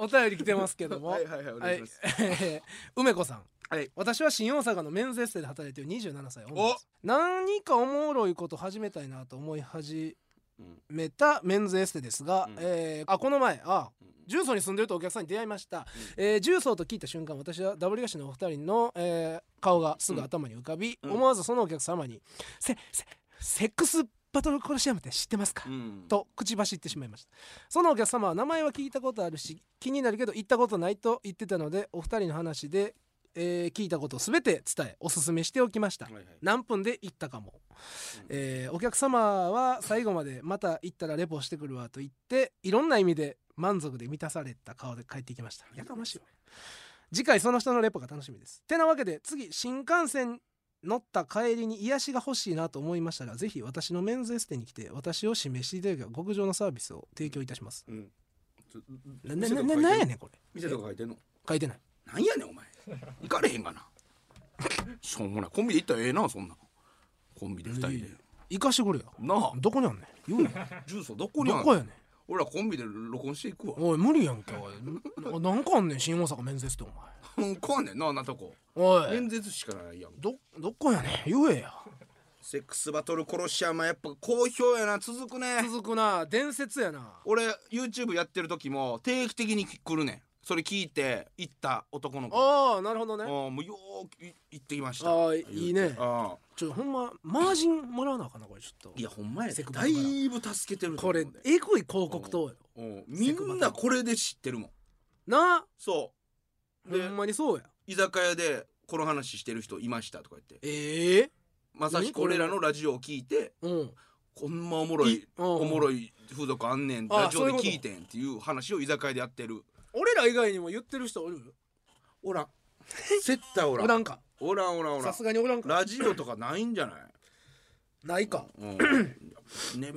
Speaker 2: おお便り来てますけども
Speaker 1: はいはいはいお願いします
Speaker 2: はいえー梅子さん
Speaker 1: はい
Speaker 2: 私は新大阪のメンズエステで働いている27歳女
Speaker 1: お
Speaker 2: です何かおもろいこと始めたいなと思い始
Speaker 1: うん
Speaker 2: めたメンズエステですが、
Speaker 1: うん
Speaker 2: えーあこの前あ
Speaker 1: うん
Speaker 2: 重曹に住んでるとお客さんに出会いました、えー重曹と聞いた瞬間私はダブリガシのお二人の、えー顔がすぐ頭に浮かび、
Speaker 1: うん
Speaker 2: 思わずそのお客様に「せせセックスバトルコロシアムって知ってますか
Speaker 1: うん
Speaker 2: と口走ってしまいましたそのお客様は名前は聞いたことあるし気になるけど行ったことないと言ってたのでお二人の話で、えー聞いたことを全て伝えおすすめしておきました
Speaker 1: はいはい
Speaker 2: 何分で行ったかも、えーお客様は最後まで「また行ったらレポしてくるわ」と言っていろんな意味で満足で満たされた顔で帰っていきましたやかましいわ次回その人のレポが楽しみですてなわけで次新幹線乗った帰りに癒しが欲しいなと思いましたらぜひ私のメンズエステに来て私を指名していただけば極上のサービスを提供いたします
Speaker 1: うんちょ
Speaker 2: なな
Speaker 1: 店と
Speaker 2: な
Speaker 1: か書い
Speaker 2: なん
Speaker 1: ての
Speaker 2: やねんこれ
Speaker 1: 店とか書いてんの
Speaker 2: 書いてない
Speaker 1: なんやねんお前行かれへん かなしょうもないコンビで行ったらええなそんなんコンビで二人で
Speaker 2: 行かしてくれよ
Speaker 1: なあ
Speaker 2: どこにあんねん言うねん
Speaker 1: 重曹どこにあ
Speaker 2: ど
Speaker 1: ん
Speaker 2: こ
Speaker 1: の
Speaker 2: やねん
Speaker 1: 俺らコンビで録音していくわ
Speaker 2: おい無理やんけおいななんかあんねん新大阪面接ってお
Speaker 1: うんこんねんなあんなとこ
Speaker 2: 前おい
Speaker 1: 演説しかないやん
Speaker 2: どどこやねん言えや
Speaker 1: セックスバトル殺し屋もやっぱ好評やな続くね
Speaker 2: 続くな伝説やな
Speaker 1: 俺 YouTube やってる時も定期的に来るねんそれ聞いて行った男の子
Speaker 2: ああなるほどね
Speaker 1: ああもうよーくい行ってきました
Speaker 2: ああいいいね
Speaker 1: ああ
Speaker 2: ちょほんまマージンもらわなあかんなこれちょっと
Speaker 1: いやほんまや
Speaker 2: セ
Speaker 1: で
Speaker 2: クバ
Speaker 1: だ
Speaker 2: トから
Speaker 1: いぶ助けてると
Speaker 2: こ
Speaker 1: 思うね
Speaker 2: れえぐい広告塔よ
Speaker 1: うんみんなこれで知ってるもん
Speaker 2: な
Speaker 1: そ
Speaker 2: ほ
Speaker 1: で
Speaker 2: んまにそうや
Speaker 1: う居酒屋でこの話してる人いましたとか言って
Speaker 2: ええ
Speaker 1: まさしく俺らのラジオを聞いて
Speaker 2: うん
Speaker 1: こんなおもろい
Speaker 2: いうん
Speaker 1: おもろい風俗あんねん
Speaker 2: あ
Speaker 1: ラジオ
Speaker 2: そうい
Speaker 1: で
Speaker 2: うこと
Speaker 1: 聞いてんっていう話を居酒屋でやってる
Speaker 2: 俺ら以外にも言ってる人おる
Speaker 1: お らん絶対おら
Speaker 2: お
Speaker 1: ん
Speaker 2: らんか
Speaker 1: おらんおらんおら
Speaker 2: さ
Speaker 1: ん
Speaker 2: すがにおらんか
Speaker 1: ラジオとかないんじ ゃない
Speaker 2: ないか
Speaker 1: うんね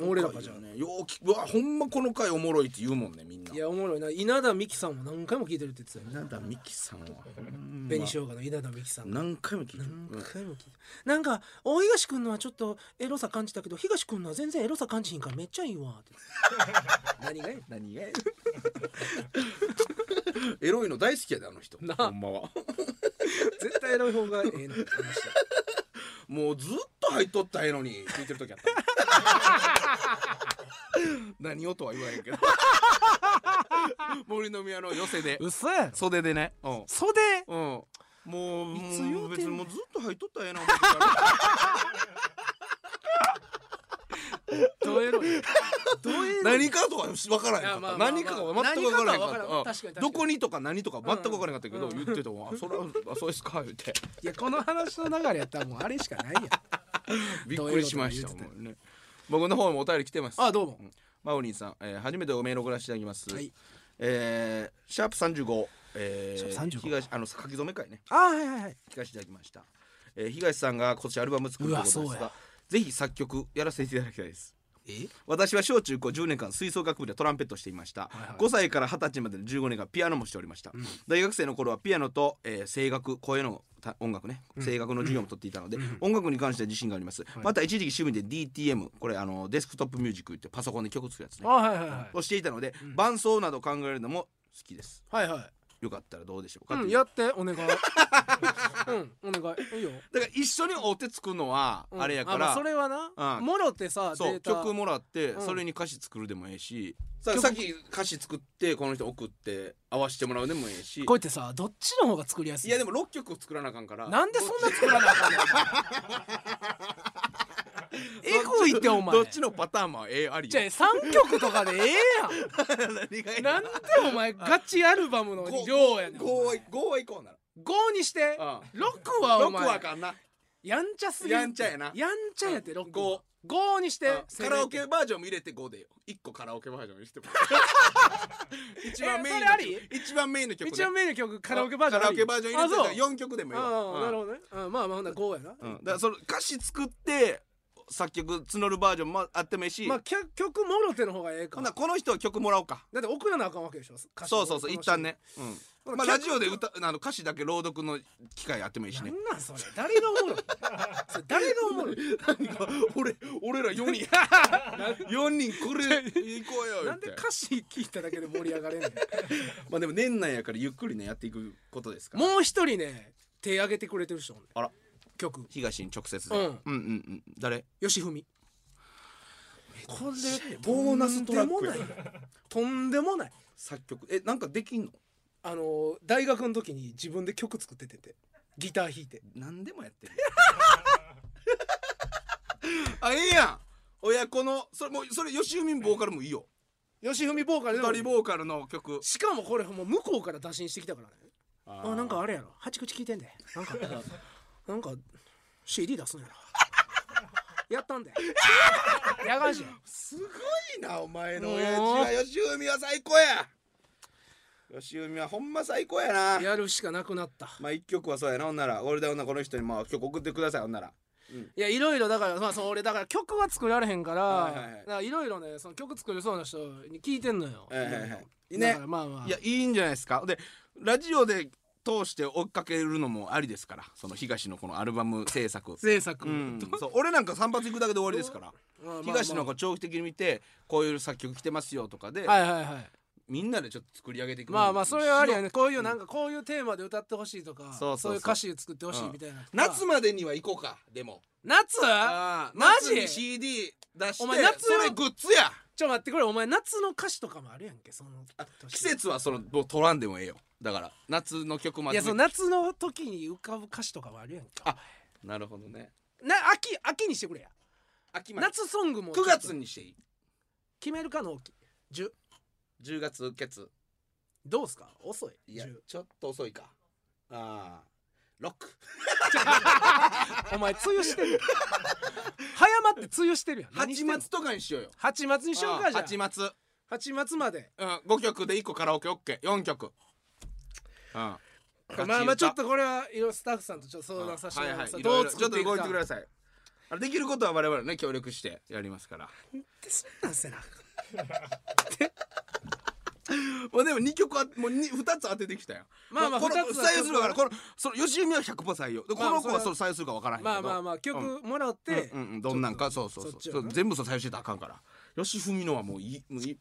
Speaker 2: 俺らかじゃあ
Speaker 1: ねようきうわほんまこの回おもろいって言うもんねみんない
Speaker 2: やおもろいな稲田美希さんも何回も聞いてるって言ってたよね
Speaker 1: 稲田美希さんはほんま
Speaker 2: 紅しょうがの稲田美希さんが
Speaker 1: 何回も聞いてる
Speaker 2: 何回も聞いてなんか大東君のはちょっとエロさ感じたけど東君のは全然エロさ感じひんからめっちゃいいわって何がやねん
Speaker 1: 何が エロいの大好きやであの人
Speaker 2: なあ
Speaker 1: ほんまは
Speaker 2: 絶対エロい方がええのって話だ
Speaker 1: もうずっと入っとったらええのに聞いてる時あった 何をとは言わへんけど森の宮の寄せで
Speaker 2: 嘘やろ
Speaker 1: 袖でねうん
Speaker 2: 袖
Speaker 1: うんもう
Speaker 2: いつ
Speaker 1: も
Speaker 2: 言
Speaker 1: う
Speaker 2: うて
Speaker 1: 別
Speaker 2: んねん
Speaker 1: にもうずっと入っとったらええな思ってたから
Speaker 2: どうエロいどうエロい
Speaker 1: 何かとは分からへんか
Speaker 2: いやまあ
Speaker 1: った
Speaker 2: まあ
Speaker 1: 何かが全く分からへ
Speaker 2: 何
Speaker 1: ん
Speaker 2: かが分からん
Speaker 1: か
Speaker 2: 確
Speaker 1: っ
Speaker 2: かに確か
Speaker 1: たうん
Speaker 2: に
Speaker 1: どこにとか何とか全く分からへんかったけど
Speaker 2: うん
Speaker 1: 言ってたわあそれはあそうですか言 って
Speaker 2: いやこの話の流れやったらもうあれしかないやん
Speaker 1: びっくりしました
Speaker 2: どういうこと
Speaker 1: もうね僕の方もお便り来てます
Speaker 2: あどうも
Speaker 1: マオリンさん、えー、初めておメールを送らせていただきます、
Speaker 2: はい
Speaker 1: えーシャープ35、えー、
Speaker 2: シャープ35
Speaker 1: 東あの書き初め会ね
Speaker 2: あはいはいはい
Speaker 1: 聞かせていただきました、えー、東さんが今年アルバム作るということ
Speaker 2: う
Speaker 1: で
Speaker 2: わ
Speaker 1: す
Speaker 2: そうや
Speaker 1: がぜひ作曲やらせていただきたいです
Speaker 2: え
Speaker 1: 私は小中高10年間吹奏楽部でトランペットをしていました、
Speaker 2: はいはい
Speaker 1: 5歳から20歳までの15年間ピアノもしておりました、大学生の頃はピアノと、えー声楽声のた音楽ね声楽の授業も取っていたので、音楽に関しては自信があります、また一時期趣味で DTM これあのデスクトップミュージックってパソコンで曲作るやつ
Speaker 2: あ
Speaker 1: ね
Speaker 2: はいはいはい
Speaker 1: をしていたので、伴奏など考えるのも好きです
Speaker 2: はいはい
Speaker 1: よかったらどうでしょうか、
Speaker 2: うん
Speaker 1: だか
Speaker 2: やってお願いうんお願いいいよ
Speaker 1: ら一緒にお手つくのは
Speaker 2: うん
Speaker 1: あれやから、
Speaker 2: まあそれはな
Speaker 1: うん
Speaker 2: もろってさ
Speaker 1: そう
Speaker 2: データ
Speaker 1: 曲もらって、
Speaker 2: うん
Speaker 1: それに歌詞作るでもええしさ
Speaker 2: 曲
Speaker 1: さっき歌詞作ってこの人送って合わせてもらうでもええし
Speaker 2: こうやってさどっちの方が作りやすい
Speaker 1: いやでも6曲作らなあかんから
Speaker 2: なんでそんな作らなあかんのえぐいってお前
Speaker 1: どっちのパターンもええあり
Speaker 2: じゃあ
Speaker 1: よ
Speaker 2: 3曲とかでええ
Speaker 1: 何が
Speaker 2: や
Speaker 1: え え
Speaker 2: んなんでお前ガチアルバムの
Speaker 1: 五
Speaker 2: 量やねん
Speaker 1: 五は五はいこうなら
Speaker 2: 5にして
Speaker 1: うん
Speaker 2: 6はお
Speaker 1: 6
Speaker 2: 前
Speaker 1: はあかんな
Speaker 2: やんちゃすぎる
Speaker 1: やんちゃやな
Speaker 2: やんちゃやって
Speaker 1: うん
Speaker 2: 6 5
Speaker 1: 五
Speaker 2: 5にして
Speaker 1: うんカラオケバージョンも入れて5でよ1個カラオケバージョンにしてもらう一番メイン の
Speaker 2: えそれあ
Speaker 1: 曲一番メインの曲ね
Speaker 2: 一応メインの曲カラオケバージョン
Speaker 1: カラオケバージョン入れてた
Speaker 2: あそ
Speaker 1: ら
Speaker 2: う
Speaker 1: 4曲でもいい
Speaker 2: あ
Speaker 1: わ
Speaker 2: あ
Speaker 1: うん
Speaker 2: なるほどねうんまあまあほんなら5や
Speaker 1: うん
Speaker 2: な、
Speaker 1: だからその歌詞作って作曲募るバージョンもあってもいいし、
Speaker 2: まあきゃ曲もろての方がええ
Speaker 1: ほ
Speaker 2: か
Speaker 1: な
Speaker 2: だ
Speaker 1: この人は曲もらおうか
Speaker 2: って送らなあかんわけでしょ歌詞
Speaker 1: そうそうそう一旦ね、
Speaker 2: ほ
Speaker 1: うん
Speaker 2: な
Speaker 1: ま
Speaker 2: 曲
Speaker 1: あ、ラジオで歌あの歌詞だけ朗読の機会あってもいいし
Speaker 2: な
Speaker 1: ね
Speaker 2: んなんそれ誰が おもろいそれ誰がおもろい
Speaker 1: 何か 俺俺ら4 人 4人これ行こうよ言
Speaker 2: な
Speaker 1: っ
Speaker 2: ん
Speaker 1: て
Speaker 2: で歌詞聞いただけで盛り上がれんの
Speaker 1: まあでも年内やからゆっくりねやっていくことですから
Speaker 2: もう一人ね手挙げてくれてる人おんねん
Speaker 1: あら
Speaker 2: 曲
Speaker 1: 東に直接で、
Speaker 2: うん
Speaker 1: うんうんうん誰
Speaker 2: 吉文これ
Speaker 1: ボーナストラック
Speaker 2: とんでもないとんでもない
Speaker 1: 作曲えなんかできんの
Speaker 2: あの大学の時に自分で曲作ってててギター弾いて
Speaker 1: 何でもやってる あええやん親子のそれもうそれ吉文ボーカルもいいよ
Speaker 2: 吉文ボーカルで
Speaker 1: 二人ボーカルの曲
Speaker 2: しかもこれもう向こうから打診してきたからね
Speaker 1: あ
Speaker 2: あなんかあれやろ八口聞いてんでなん かなんか CD 出すんやろやったん でやがんし
Speaker 1: すごいなお前の親父は吉文は最高や吉文はほんま最高やな
Speaker 2: やるしかなくなった
Speaker 1: まあ一曲はそうやなほんなら俺だ女この人にまあ曲送ってくださいほんなら
Speaker 2: いやいろいろだからまあその俺だから曲は作られへんから
Speaker 1: はいはいはい
Speaker 2: だからいろいろねその曲作るそうな人に聞いてんのよ、
Speaker 1: はいはいはい
Speaker 2: いろいろ
Speaker 1: ね
Speaker 2: だからまあまあ
Speaker 1: いやいいんじゃないですかでラジオで通して追っかけるのもありですからその東のこのアルバム制作
Speaker 2: 制作、
Speaker 1: うん、そう俺なんか散髪行くだけで終わりですから
Speaker 2: まあまあまあ
Speaker 1: 東のこう長期的に見てこういう作曲来てますよとかで、
Speaker 2: はいはいはい
Speaker 1: みんなでちょっと作り上げていく
Speaker 2: まあまあそれはあるよ
Speaker 1: ね
Speaker 2: ねこういうなんかこういうテーマで歌ってほしいとか
Speaker 1: そうそうそう
Speaker 2: いう歌詞作ってほしいみたいな、
Speaker 1: 夏までには行こうかでも
Speaker 2: 夏
Speaker 1: あー
Speaker 2: マジ
Speaker 1: 夏に CD 出して
Speaker 2: お前夏
Speaker 1: そ
Speaker 2: は
Speaker 1: れグッズや
Speaker 2: ちょっと待ってこれお前夏の歌詞とかもあるやんけその
Speaker 1: 季節はそのもう取らんでもええよだから夏の曲ま
Speaker 2: い
Speaker 1: で
Speaker 2: やその夏の時に浮かぶ歌詞とかもあるやんか
Speaker 1: あなるほどね
Speaker 2: な秋秋にしてくれや
Speaker 1: 秋まで
Speaker 2: 夏ソングも
Speaker 1: 9月にしていい
Speaker 2: 決めるかのき10
Speaker 1: 10月ケツ
Speaker 2: どうすか遅い
Speaker 1: いや
Speaker 2: 10
Speaker 1: ちょっと遅いかああ6
Speaker 2: お前梅雨してるやん早まって梅雨してるやん何してん
Speaker 1: 8
Speaker 2: の
Speaker 1: 月とかにしようよ
Speaker 2: 八月にしようかじゃあ
Speaker 1: 8月
Speaker 2: 八月まで
Speaker 1: うん、5曲で1個カラオケ OK4 曲うん
Speaker 2: まあまあちょっとこれはいろいろスタッフさんとちょっと相談させてもらいます
Speaker 1: はいはい、
Speaker 2: どう
Speaker 1: どうちょ
Speaker 2: 作
Speaker 1: っ
Speaker 2: っ
Speaker 1: と
Speaker 2: ていく
Speaker 1: 動い
Speaker 2: か
Speaker 1: てくださいあれできることは我々ね協力してやりますから
Speaker 2: ってそんなんせな
Speaker 1: もうでも2曲はもう 2, 2つ当ててきたよ
Speaker 2: まあまあ
Speaker 1: この
Speaker 2: 二つは
Speaker 1: 採用するからこのその吉見は100%採用でこ
Speaker 2: まあ
Speaker 1: の子は
Speaker 2: そ
Speaker 1: そ
Speaker 2: れは
Speaker 1: の採用するか分からへんけど
Speaker 2: まあまあまあ曲もらって、
Speaker 1: うんうんうん、どんなんかそうそうそう
Speaker 2: そっちをな
Speaker 1: そう全部そう採用してたらあかんから吉文のはもういいもういい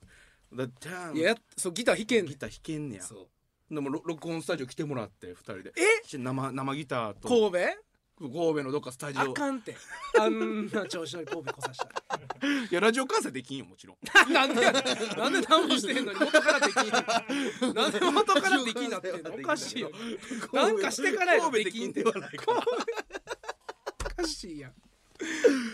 Speaker 1: だって
Speaker 2: いややっそうギター弾けん
Speaker 1: ギター弾けんねや
Speaker 2: そう
Speaker 1: でもろ録音スタジオ来てもらって2人で
Speaker 2: え
Speaker 1: し生生ギターと
Speaker 2: 神戸
Speaker 1: 神戸のどっかスタジ
Speaker 2: あ
Speaker 1: オ
Speaker 2: かん ってあんな調子乗り神戸来さした
Speaker 1: いやラジオ関西できんよもちろん
Speaker 2: らなんでやねんなんで何もしてへんのに元からできんなんで元からできんなってんのおかしいよなんかしてからや
Speaker 1: 神戸
Speaker 2: で
Speaker 1: で
Speaker 2: き
Speaker 1: き
Speaker 2: ん
Speaker 1: ん
Speaker 2: って
Speaker 1: で
Speaker 2: お
Speaker 1: はないか
Speaker 2: かしいやん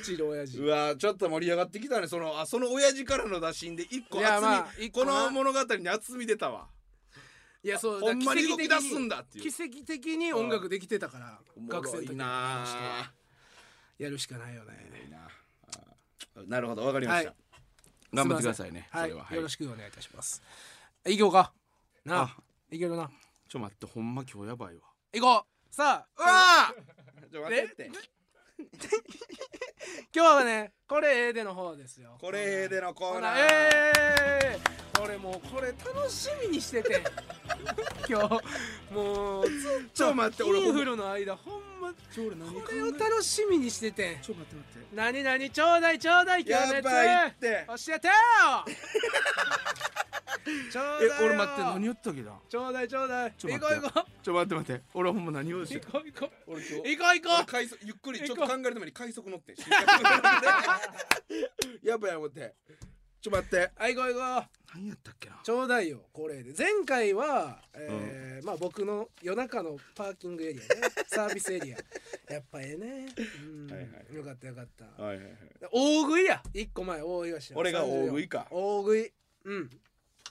Speaker 2: 一郎親父
Speaker 1: うわーちょっと盛り上がってきたねそのあその親父からの打診で一個
Speaker 2: い
Speaker 1: 厚み、
Speaker 2: やまあ一個
Speaker 1: こ
Speaker 2: な
Speaker 1: の物語に厚み出たわ
Speaker 2: いやそう
Speaker 1: ほんまに
Speaker 2: だ
Speaker 1: 動
Speaker 2: から
Speaker 1: き出すんだっていう
Speaker 2: 奇跡的に音楽できてたから学生の
Speaker 1: い
Speaker 2: 時
Speaker 1: いなあ
Speaker 2: やるしかないよね
Speaker 1: いいなあなるほどわかりました、
Speaker 2: はい
Speaker 1: 頑張ってくださいね
Speaker 2: は
Speaker 1: そ
Speaker 2: い、
Speaker 1: れは、
Speaker 2: よ
Speaker 1: はい
Speaker 2: ろしくお願いいたします。行こうか。なあ
Speaker 1: あ、
Speaker 2: 行けるな。
Speaker 1: ちょ待ってほんま今日やばいわ
Speaker 2: 行こう。さあ、
Speaker 1: うわーちょ待ってって
Speaker 2: 今日はね、これ A での方ですよ。
Speaker 1: これ A でのコ
Speaker 2: ほ
Speaker 1: ーナ
Speaker 2: ら、
Speaker 1: ー
Speaker 2: えー、俺もうこれ楽しみにして て。今日、もうずっ
Speaker 1: ち
Speaker 2: と
Speaker 1: ょ待って俺
Speaker 2: イ
Speaker 1: ほ
Speaker 2: ン
Speaker 1: んま
Speaker 2: フルの間、ほんま。
Speaker 1: ちょ俺何
Speaker 2: これを楽しみにしてて。
Speaker 1: ちょ待って待って
Speaker 2: なになにちょうだいちょうだい今日の
Speaker 1: や
Speaker 2: やつ
Speaker 1: ばいって
Speaker 2: 教えてよちょう
Speaker 1: え
Speaker 2: だいよ
Speaker 1: 俺待って何やったっけだ
Speaker 2: ちょうだいちょうだい
Speaker 1: ちょ
Speaker 2: 行
Speaker 1: 待
Speaker 2: こ
Speaker 1: っ
Speaker 2: う
Speaker 1: て
Speaker 2: 行こう
Speaker 1: ちょ待って待って俺ほんま何をして
Speaker 2: 行
Speaker 1: た
Speaker 2: こう行こう
Speaker 1: 俺今日
Speaker 2: 行こう行
Speaker 1: 俺
Speaker 2: こ
Speaker 1: 快速ゆっくりちょっと
Speaker 2: 行こ
Speaker 1: 考えるために快速乗って 新幹線やばいや思ってちょ待って
Speaker 2: うはい行こう行こ
Speaker 1: 何やったっけな
Speaker 2: うちょうだいよこれで前回は、えーまあ僕の夜中のパーキングエリアね サービスエリアやっぱええねうん、
Speaker 1: はいはい
Speaker 2: よかったよかった
Speaker 1: はいはいはい
Speaker 2: 大食いや一個前大東
Speaker 1: 俺が大食いか
Speaker 2: 大食いうん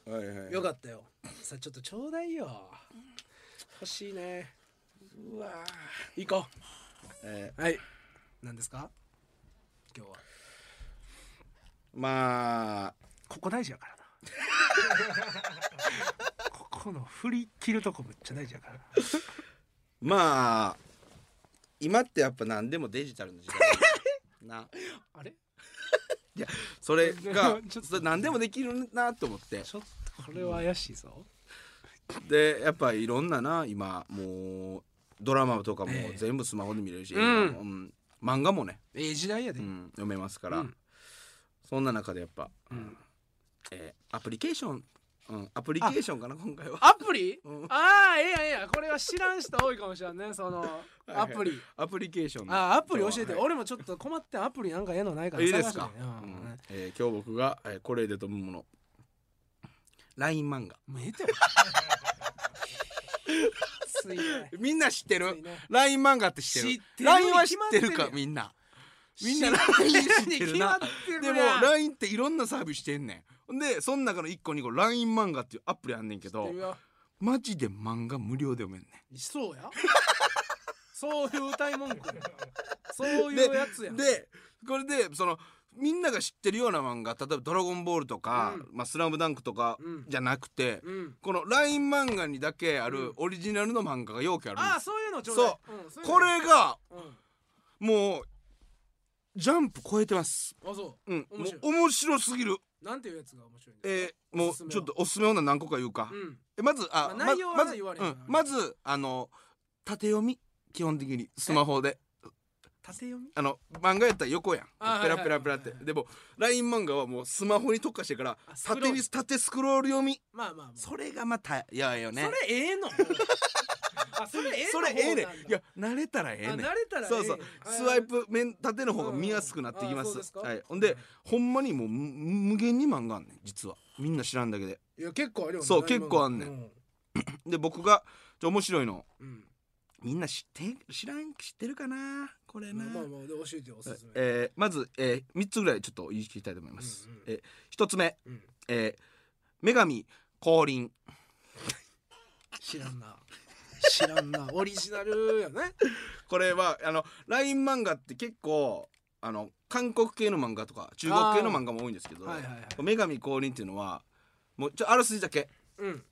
Speaker 1: はいはいはい
Speaker 2: よかったよさあちょっとちょうだいよ欲しいね
Speaker 1: うわ
Speaker 2: 行こ
Speaker 1: え
Speaker 2: うはい何ですか今日は
Speaker 1: ーまあ
Speaker 2: ここ大事やからな ここの振り切るとこめっちゃ大事やからな
Speaker 1: まあ今ってやっぱ何でもデジタルの時代 な
Speaker 2: あれ
Speaker 1: それ が
Speaker 2: ちょっと
Speaker 1: それ何でもできるなと思って
Speaker 2: ちょっとこれは怪しいぞ、
Speaker 1: でやっぱいろんなな今もうドラマとかも
Speaker 2: ええ
Speaker 1: 全部スマホで見れるし、
Speaker 2: うん
Speaker 1: 映画もうん漫画もね、
Speaker 2: ええ時代やで、
Speaker 1: うん読めますから、
Speaker 2: うん
Speaker 1: そんな中でやっぱ、
Speaker 2: ん
Speaker 1: えーアプリケーション、うん、アプリケーションかな今回は
Speaker 2: アプリ、
Speaker 1: うん
Speaker 2: ああええやんええやんこれは知らん人多いかもしれんねその
Speaker 1: はい
Speaker 2: アプリ、
Speaker 1: アプリケーション
Speaker 2: ああアプリ教えて、
Speaker 1: はい
Speaker 2: 俺もちょっと困ってんアプリなんかええのないから
Speaker 1: いいですか
Speaker 2: 探してんねんうん
Speaker 1: えー今日僕が、えー、これで飛ぶもの LINE 漫画
Speaker 2: もうええてつい
Speaker 1: みんな知ってる
Speaker 2: ね
Speaker 1: LINE 漫画って知ってる
Speaker 2: 知ってる
Speaker 1: LINE は知ってる
Speaker 2: に決ま
Speaker 1: か
Speaker 2: ってるやん
Speaker 1: みんなみん
Speaker 2: 知
Speaker 1: な
Speaker 2: っ
Speaker 1: LINE
Speaker 2: てる
Speaker 1: 知っ
Speaker 2: に
Speaker 1: てるな
Speaker 2: 決まってる
Speaker 1: で
Speaker 2: やん
Speaker 1: も LINE っていろんなサービスしてんねんでその中の1個2個 LINE 漫画っていうアプリあんねんけどマジで漫画無料で読めんねん
Speaker 2: そうや そういう歌い文句やそういうやつやん
Speaker 1: でこれでそのみんなが知ってるような漫画例えば「ドラゴンボール」とか「まあ、スラムダンクとか
Speaker 2: うん
Speaker 1: じゃなくて、
Speaker 2: うん
Speaker 1: この LINE 漫画にだけあ
Speaker 2: う
Speaker 1: る
Speaker 2: ん
Speaker 1: オリジナルの漫画がよくあるん
Speaker 2: あ
Speaker 1: で
Speaker 2: あ
Speaker 1: す、
Speaker 2: そういうのちょうだいうんそういうの
Speaker 1: これが
Speaker 2: うん
Speaker 1: もうジャンプ超えてます
Speaker 2: あそ
Speaker 1: うん
Speaker 2: 面白い
Speaker 1: もう面白すぎる
Speaker 2: うなんていうやつが面白いんです
Speaker 1: え
Speaker 2: か
Speaker 1: ーも
Speaker 2: おすす
Speaker 1: う
Speaker 2: めは
Speaker 1: ちょっとおすすめの何個か言うか、
Speaker 2: うん
Speaker 1: えまずあ、
Speaker 2: まあ内容は
Speaker 1: まず
Speaker 2: 言われへん
Speaker 1: う
Speaker 2: よ
Speaker 1: ん、まずあの縦読み基本的にスマホで
Speaker 2: 縦読み
Speaker 1: あの漫画やったら横やん
Speaker 2: あ
Speaker 1: ペラペラペラっ
Speaker 2: はいはい
Speaker 1: て
Speaker 2: はいはい
Speaker 1: でも LINE 漫画はもうスマホに特化してから
Speaker 2: あスクロー
Speaker 1: 縦
Speaker 2: ル
Speaker 1: に縦スクロール読み
Speaker 2: まあまあまあ
Speaker 1: それがまたやよね
Speaker 2: それえ えのあそれええの
Speaker 1: それええね
Speaker 2: 方なんだ
Speaker 1: んいや慣れたらええ
Speaker 2: あ
Speaker 1: ねん
Speaker 2: 慣れたらええ
Speaker 1: そうそうスワイプ面縦の方が見やすくなってきま
Speaker 2: うんうんあそう
Speaker 1: す
Speaker 2: ですか
Speaker 1: はいほんでほんまにもうむ無限に漫画あんねん実はみんな知らんだけで
Speaker 2: いや結構あるよね
Speaker 1: そう結構あんねん
Speaker 2: ん
Speaker 1: で僕がちょ面白いの
Speaker 2: うん
Speaker 1: みんな知って知らん知ってるかなこれ
Speaker 2: ま
Speaker 1: な
Speaker 2: あまあまあで教えてよおすすめ
Speaker 1: えーまず、えー、3つぐらいちょっと言い切りたいと思います、
Speaker 2: うんうん
Speaker 1: えー一つ目
Speaker 2: うん
Speaker 1: えー、女神降臨
Speaker 2: 知らんな知らんなオリジナルやね
Speaker 1: これはあの LINE 漫画って結構あの韓国系の漫画とか中国系の漫画も多いんですけど、
Speaker 2: はいはいはい
Speaker 1: 女神降臨っていうのはもうちょあらすじだけ
Speaker 2: うん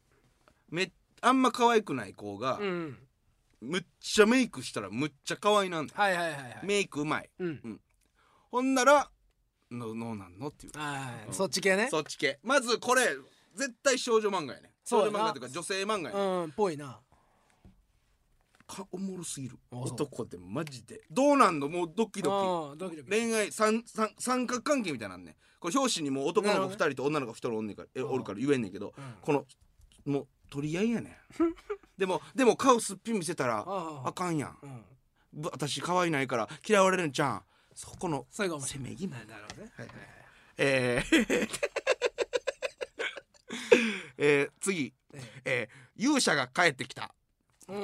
Speaker 1: めあんま可愛くない子が、
Speaker 2: うん
Speaker 1: むっちゃメイクしたらむっちゃ可愛いなんだ、
Speaker 2: はいはいはいはい
Speaker 1: メイクうまい
Speaker 2: うん
Speaker 1: ほんならののなんのっていう
Speaker 2: は
Speaker 1: う
Speaker 2: い
Speaker 1: ん
Speaker 2: そっち系ね
Speaker 1: そっち系まずこれ絶対少女漫画やね
Speaker 2: そう
Speaker 1: 少
Speaker 2: や
Speaker 1: 女
Speaker 2: な
Speaker 1: 漫画というか女性漫画やね、
Speaker 2: うんぽいな
Speaker 1: かおもろすぎる
Speaker 2: あそう
Speaker 1: 男でマジでどうなんのもうドキド
Speaker 2: あードキド
Speaker 1: キ
Speaker 2: キ
Speaker 1: 恋愛三三三角関係みたいなんねこれ表紙にもう男の子二人と女の子一人おんねんから、え
Speaker 2: うん
Speaker 1: おるから言えんねんけど、
Speaker 2: うん
Speaker 1: このもう取り合いやね んでもでも顔すっぴん見せたらあ
Speaker 2: ああ
Speaker 1: かんやん
Speaker 2: うん
Speaker 1: ぶ私可愛いないから嫌われるんじゃんそこの
Speaker 2: それが面
Speaker 1: せ
Speaker 2: 白い
Speaker 1: めぎも
Speaker 2: なるほどね
Speaker 1: はいはいえー えー次、えー勇者が帰ってきた
Speaker 2: うん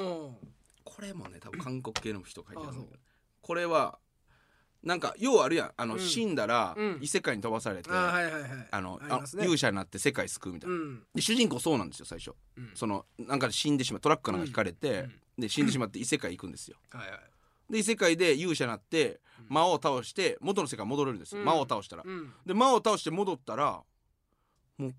Speaker 1: これもね多分韓国系の人書いてあるんだけ
Speaker 2: あそ
Speaker 1: どこれはなんかようあるやんあ
Speaker 2: う
Speaker 1: の、
Speaker 2: ん
Speaker 1: 死んだら
Speaker 2: うん
Speaker 1: 異世界に飛ばされて、
Speaker 2: あーはいはいはい
Speaker 1: あの
Speaker 2: あり
Speaker 1: あ
Speaker 2: ますね
Speaker 1: 勇者になって世界救うみたいうな、
Speaker 2: ん
Speaker 1: で主人公そうなんですよ最初
Speaker 2: うん
Speaker 1: そのなんか死んでしまうトラックかなんか引かれて、
Speaker 2: うん
Speaker 1: で死んでしまって異世界行くんですよ
Speaker 2: はいはい
Speaker 1: で異世界で勇者になって
Speaker 2: うん
Speaker 1: 魔王を倒して元の世界戻れるんですよ、
Speaker 2: うん
Speaker 1: 魔王を倒したら、
Speaker 2: うん
Speaker 1: で魔王を倒して戻ったらもう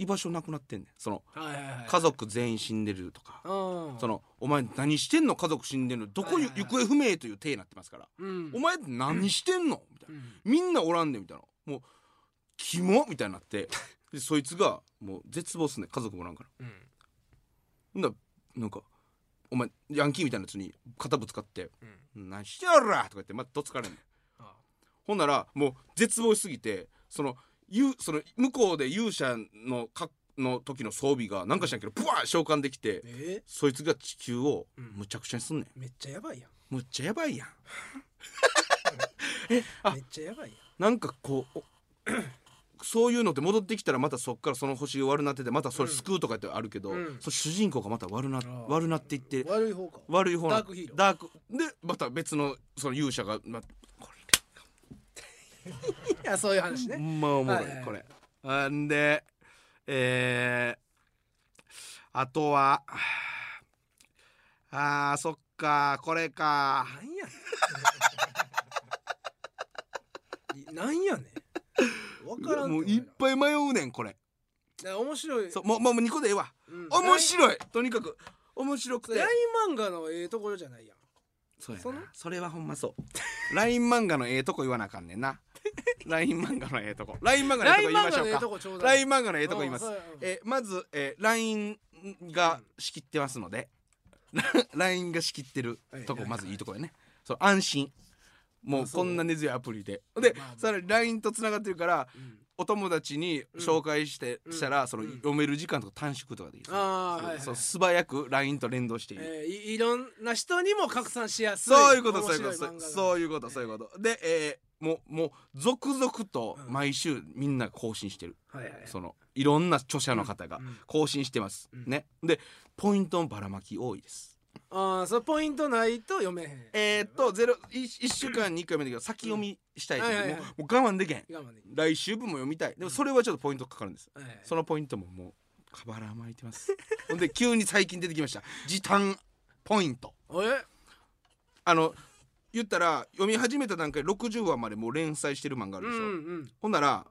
Speaker 1: 居場所なくなってんねんその
Speaker 2: はいはいはい
Speaker 1: 家族全員死んでるとか、
Speaker 2: うん
Speaker 1: その「お前何してんの家族死んでんのどこ
Speaker 2: はい
Speaker 1: ゆ
Speaker 2: はい
Speaker 1: 行
Speaker 2: はい
Speaker 1: 方不明」という体になってますから
Speaker 2: うん
Speaker 1: 「お前何してんの?」みたいな
Speaker 2: うん
Speaker 1: 「みんなおらんで」みたいな「もうキモ」みたいになってでそいつがもう絶望すんねん家族もおらんから
Speaker 2: うん
Speaker 1: ほんだらなんかお前ヤンキーみたいなやつに肩ぶつかって
Speaker 2: うん
Speaker 1: 「何してやら!」とか言ってまたどつかれんねん
Speaker 2: あ
Speaker 1: ほんならもう絶望しすぎてそのゆその向こうで勇者のかの時の装備がなんかしないけどブワー召喚できて
Speaker 2: え
Speaker 1: そいつが地球を
Speaker 2: うん
Speaker 1: むちゃくちゃにすんねん
Speaker 2: めっちゃやばいやん
Speaker 1: むっちゃやばいやんあ
Speaker 2: めっちゃやばいやん
Speaker 1: なんかこう おそういうのって戻ってきたらまたそっからその星が悪なっててまたそれ救うとかってあるけど、
Speaker 2: うん
Speaker 1: その主人公がまた悪な
Speaker 2: あー
Speaker 1: 悪なっていって
Speaker 2: 悪い方か
Speaker 1: 悪い方な
Speaker 2: ダークヒーロー
Speaker 1: ダークでまた別のその勇者が、ま、こ
Speaker 2: いやそういう話
Speaker 1: れほ
Speaker 2: ね
Speaker 1: んまおもろい
Speaker 2: はいはい
Speaker 1: これ。あんでえー、あとはあーそっかこれか
Speaker 2: なんやねん いなんやねんわからん
Speaker 1: もういっぱい迷うねんこれ
Speaker 2: いや面白い
Speaker 1: そうもうもう2個でええわ
Speaker 2: うん
Speaker 1: 面白いとにかく面白く
Speaker 2: ライン漫
Speaker 1: て
Speaker 2: 画のええところじゃないやん
Speaker 1: そうや
Speaker 2: その
Speaker 1: なそれはほんまそう LINE 漫画のええとこ言わなあかんねん な LINE 漫画のええとこ LINE 漫画のえ
Speaker 2: ラ
Speaker 1: え
Speaker 2: イ
Speaker 1: と
Speaker 2: ン
Speaker 1: こ言いま
Speaker 2: 漫
Speaker 1: し
Speaker 2: 画の
Speaker 1: ょ
Speaker 2: ええと
Speaker 1: うか
Speaker 2: こちょうだい
Speaker 1: LINE 漫画のええとこ言います
Speaker 2: うんそうやうん
Speaker 1: えまず、えー、LINE が仕切ってますので LINE が仕切ってるとこ
Speaker 2: はい
Speaker 1: まずいいとこやねそう安心も
Speaker 2: あ
Speaker 1: う
Speaker 2: そう
Speaker 1: こんな根強いアプリでで
Speaker 2: まあまあ
Speaker 1: さらに LINE とつながってるから
Speaker 2: うん
Speaker 1: お友達に紹介して、
Speaker 2: うん
Speaker 1: したらその、
Speaker 2: うん
Speaker 1: 読める時間とか短縮とかできる
Speaker 2: あーはいはい
Speaker 1: そう素早く LINE と連動している、
Speaker 2: えーいいろんな人にも拡散しやすい
Speaker 1: そういうこと
Speaker 2: 面
Speaker 1: そう
Speaker 2: 白
Speaker 1: いうこと
Speaker 2: 漫画が
Speaker 1: そういうことそういうことで、えもうもう続々と
Speaker 2: うん
Speaker 1: 毎週みんな更新してる、
Speaker 2: はいはい
Speaker 1: そのいろんな著者の方が
Speaker 2: うんうん
Speaker 1: 更新してます、
Speaker 2: うん
Speaker 1: ねでポイントのばらまき多いです
Speaker 2: ああそれポイントないと読めへん
Speaker 1: えー、っとゼロ一一週間に一回目だけど先読みしたい時、
Speaker 2: はいはいはい
Speaker 1: もうもう我慢できへん
Speaker 2: 我慢でき
Speaker 1: 来週分も読みたいでもそれはちょっとポイントかかるんです
Speaker 2: はいはい
Speaker 1: そのポイントももうかばらまいてますほんで急に最近出てきました時短ポイント
Speaker 2: え
Speaker 1: あの言ったら読み始めた段階60話までもう連載してる漫画あ
Speaker 2: う
Speaker 1: る
Speaker 2: ん
Speaker 1: でしょ、
Speaker 2: うん
Speaker 1: ほんなら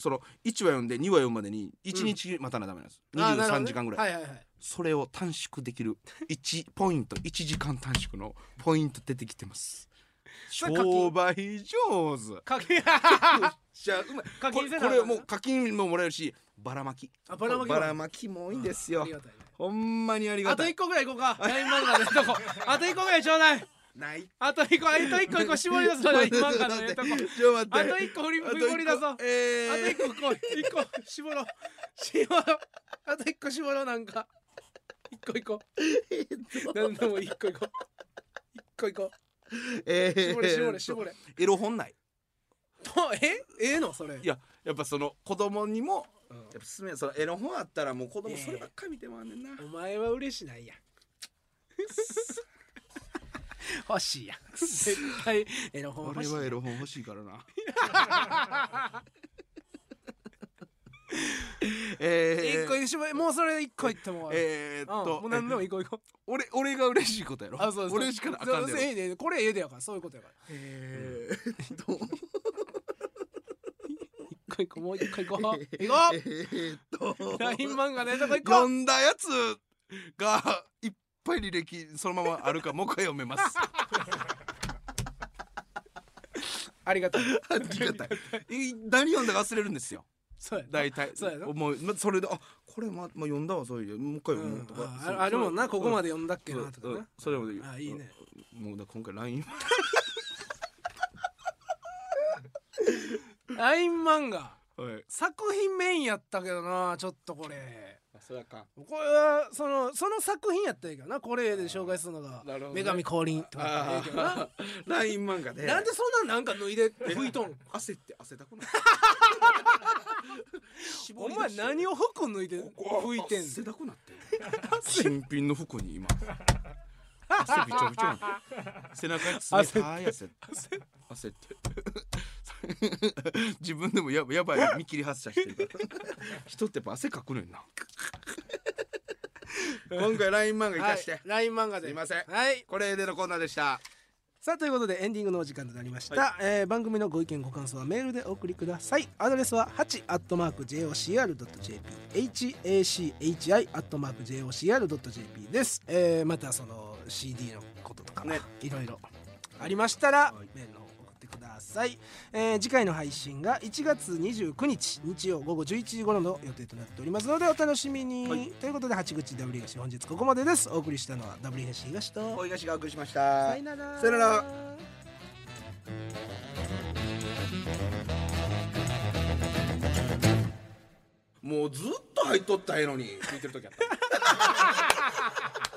Speaker 1: その1話読んで2話読むまでに1日待たなダメなんです、
Speaker 2: あーなるほど
Speaker 1: 23
Speaker 2: ね
Speaker 1: 時間ぐらい、
Speaker 2: はいはいはい
Speaker 1: それを短縮できる1ポイント1時間短縮のポイント出てきてます
Speaker 2: それ課金
Speaker 1: 商売上手
Speaker 2: 課 金
Speaker 1: じゃあうまい
Speaker 2: 課
Speaker 1: こ
Speaker 2: 金
Speaker 1: れ
Speaker 2: せなあ
Speaker 1: こ
Speaker 2: かん
Speaker 1: れもう課金ももらえるしばらまき
Speaker 2: あばらまきも
Speaker 1: ばらまきも多いんですよ
Speaker 2: ありがたいね
Speaker 1: ほんまにありが
Speaker 2: あと
Speaker 1: た
Speaker 2: 一
Speaker 1: い
Speaker 2: 個ぐらい行こうか。ライン漫画のとこ。あと一個ぐらいちょうだい。
Speaker 1: ない
Speaker 2: あと一個、あと一個、一個絞り出すのライン漫画のとこ。
Speaker 1: ちょっと
Speaker 2: あ
Speaker 1: 待って
Speaker 2: と一個振り、振り出そう。あ
Speaker 1: え
Speaker 2: と
Speaker 1: ー
Speaker 2: 一個、こう、一個、絞ろう。絞ろう。あと一個絞ろう、なんか。一個一個。なんでも一個一個。一個一個。
Speaker 1: えー
Speaker 2: 絞れ、絞れ、絞れ。
Speaker 1: エロ本ない
Speaker 2: と、えええのそれ。
Speaker 1: いややっぱその子供にも
Speaker 2: うん
Speaker 1: やっぱ勧めその絵の本あったらもう子供
Speaker 2: ええ
Speaker 1: そればっかり見てもらうねんな、
Speaker 2: お前は嬉しないやん。 欲しいやん。絶対、えの本欲しいやん。
Speaker 1: ロ本欲しいからな え
Speaker 2: 一個
Speaker 1: ー、
Speaker 2: にしまもうそれ一個いってもう
Speaker 1: えー、っ
Speaker 2: うん
Speaker 1: と、
Speaker 2: もう何でも一個一個
Speaker 1: 俺俺が嬉しいことやろ
Speaker 2: あそうそう
Speaker 1: 俺しかなあかんね
Speaker 2: そ
Speaker 1: や
Speaker 2: う
Speaker 1: ろ
Speaker 2: そういいねこれええでやからそういうことやから
Speaker 1: えーっと
Speaker 2: 一個一個もう一個一個行こ
Speaker 1: え
Speaker 2: う
Speaker 1: ーっ と
Speaker 2: ライン漫画のやつこ行こ
Speaker 1: 読んだやつがいっぱい履歴そのままあるからもう一回読めます
Speaker 2: うありがとう
Speaker 1: ありがたいい何読んだか忘れるんですよ
Speaker 2: そうやな
Speaker 1: 大体
Speaker 2: そうやな
Speaker 1: もうまそれであこれまま読んだわそういうもう一回
Speaker 2: う
Speaker 1: 読もうんとか、
Speaker 2: ああるもんなここま
Speaker 1: で
Speaker 2: で読んだっけなとか
Speaker 1: う
Speaker 2: なん
Speaker 1: それもいい
Speaker 2: あいいね
Speaker 1: もうだ今回 LINE
Speaker 2: ライン漫画
Speaker 1: はい
Speaker 2: 作品メインやったけどなちょっとこれ
Speaker 1: あそれか
Speaker 2: これはそのその作品やったらいいけどなこれで紹介するのが
Speaker 1: なるほど
Speaker 2: 「
Speaker 1: ね
Speaker 2: 女神降臨」とかやったらええ
Speaker 1: あ
Speaker 2: けどな
Speaker 1: あ LINE 漫画で
Speaker 2: なんでそんなんなんか脱いで拭いとん
Speaker 1: 汗って汗たくない
Speaker 2: お前何を服脱いで拭いてんの
Speaker 1: 汗だくなって新品の服に今汗びちょびちょなんだ背中に冷たい汗汗って自分でもややばい見切り発車してるから人ってやっぱ汗かくねんな今回 LINE 漫画生かして、
Speaker 2: はい、ライン漫画です
Speaker 1: いません
Speaker 2: はい
Speaker 1: これでのコーナーでした
Speaker 2: さあということでエンディングのお時間となりました、
Speaker 1: は
Speaker 2: えー番組のご意見ご感想はメールでお送りくださいアドレスは 8-jocr.jp hachi-jocr.jp です、えーまたその CD のこととか、
Speaker 1: ね
Speaker 2: いろいろありましたら、メールの方送ってください、えー次回の配信が1月29日日曜午後11時頃の予定となっておりますのでお楽しみに、
Speaker 1: はい
Speaker 2: ということで八口ダブリガシ本日ここまでですお送りしたのはダブリガシ東と
Speaker 1: 大東がお送りしました
Speaker 2: さよなら
Speaker 1: さよならもうずっと入っとったらええのに聞いてる時あった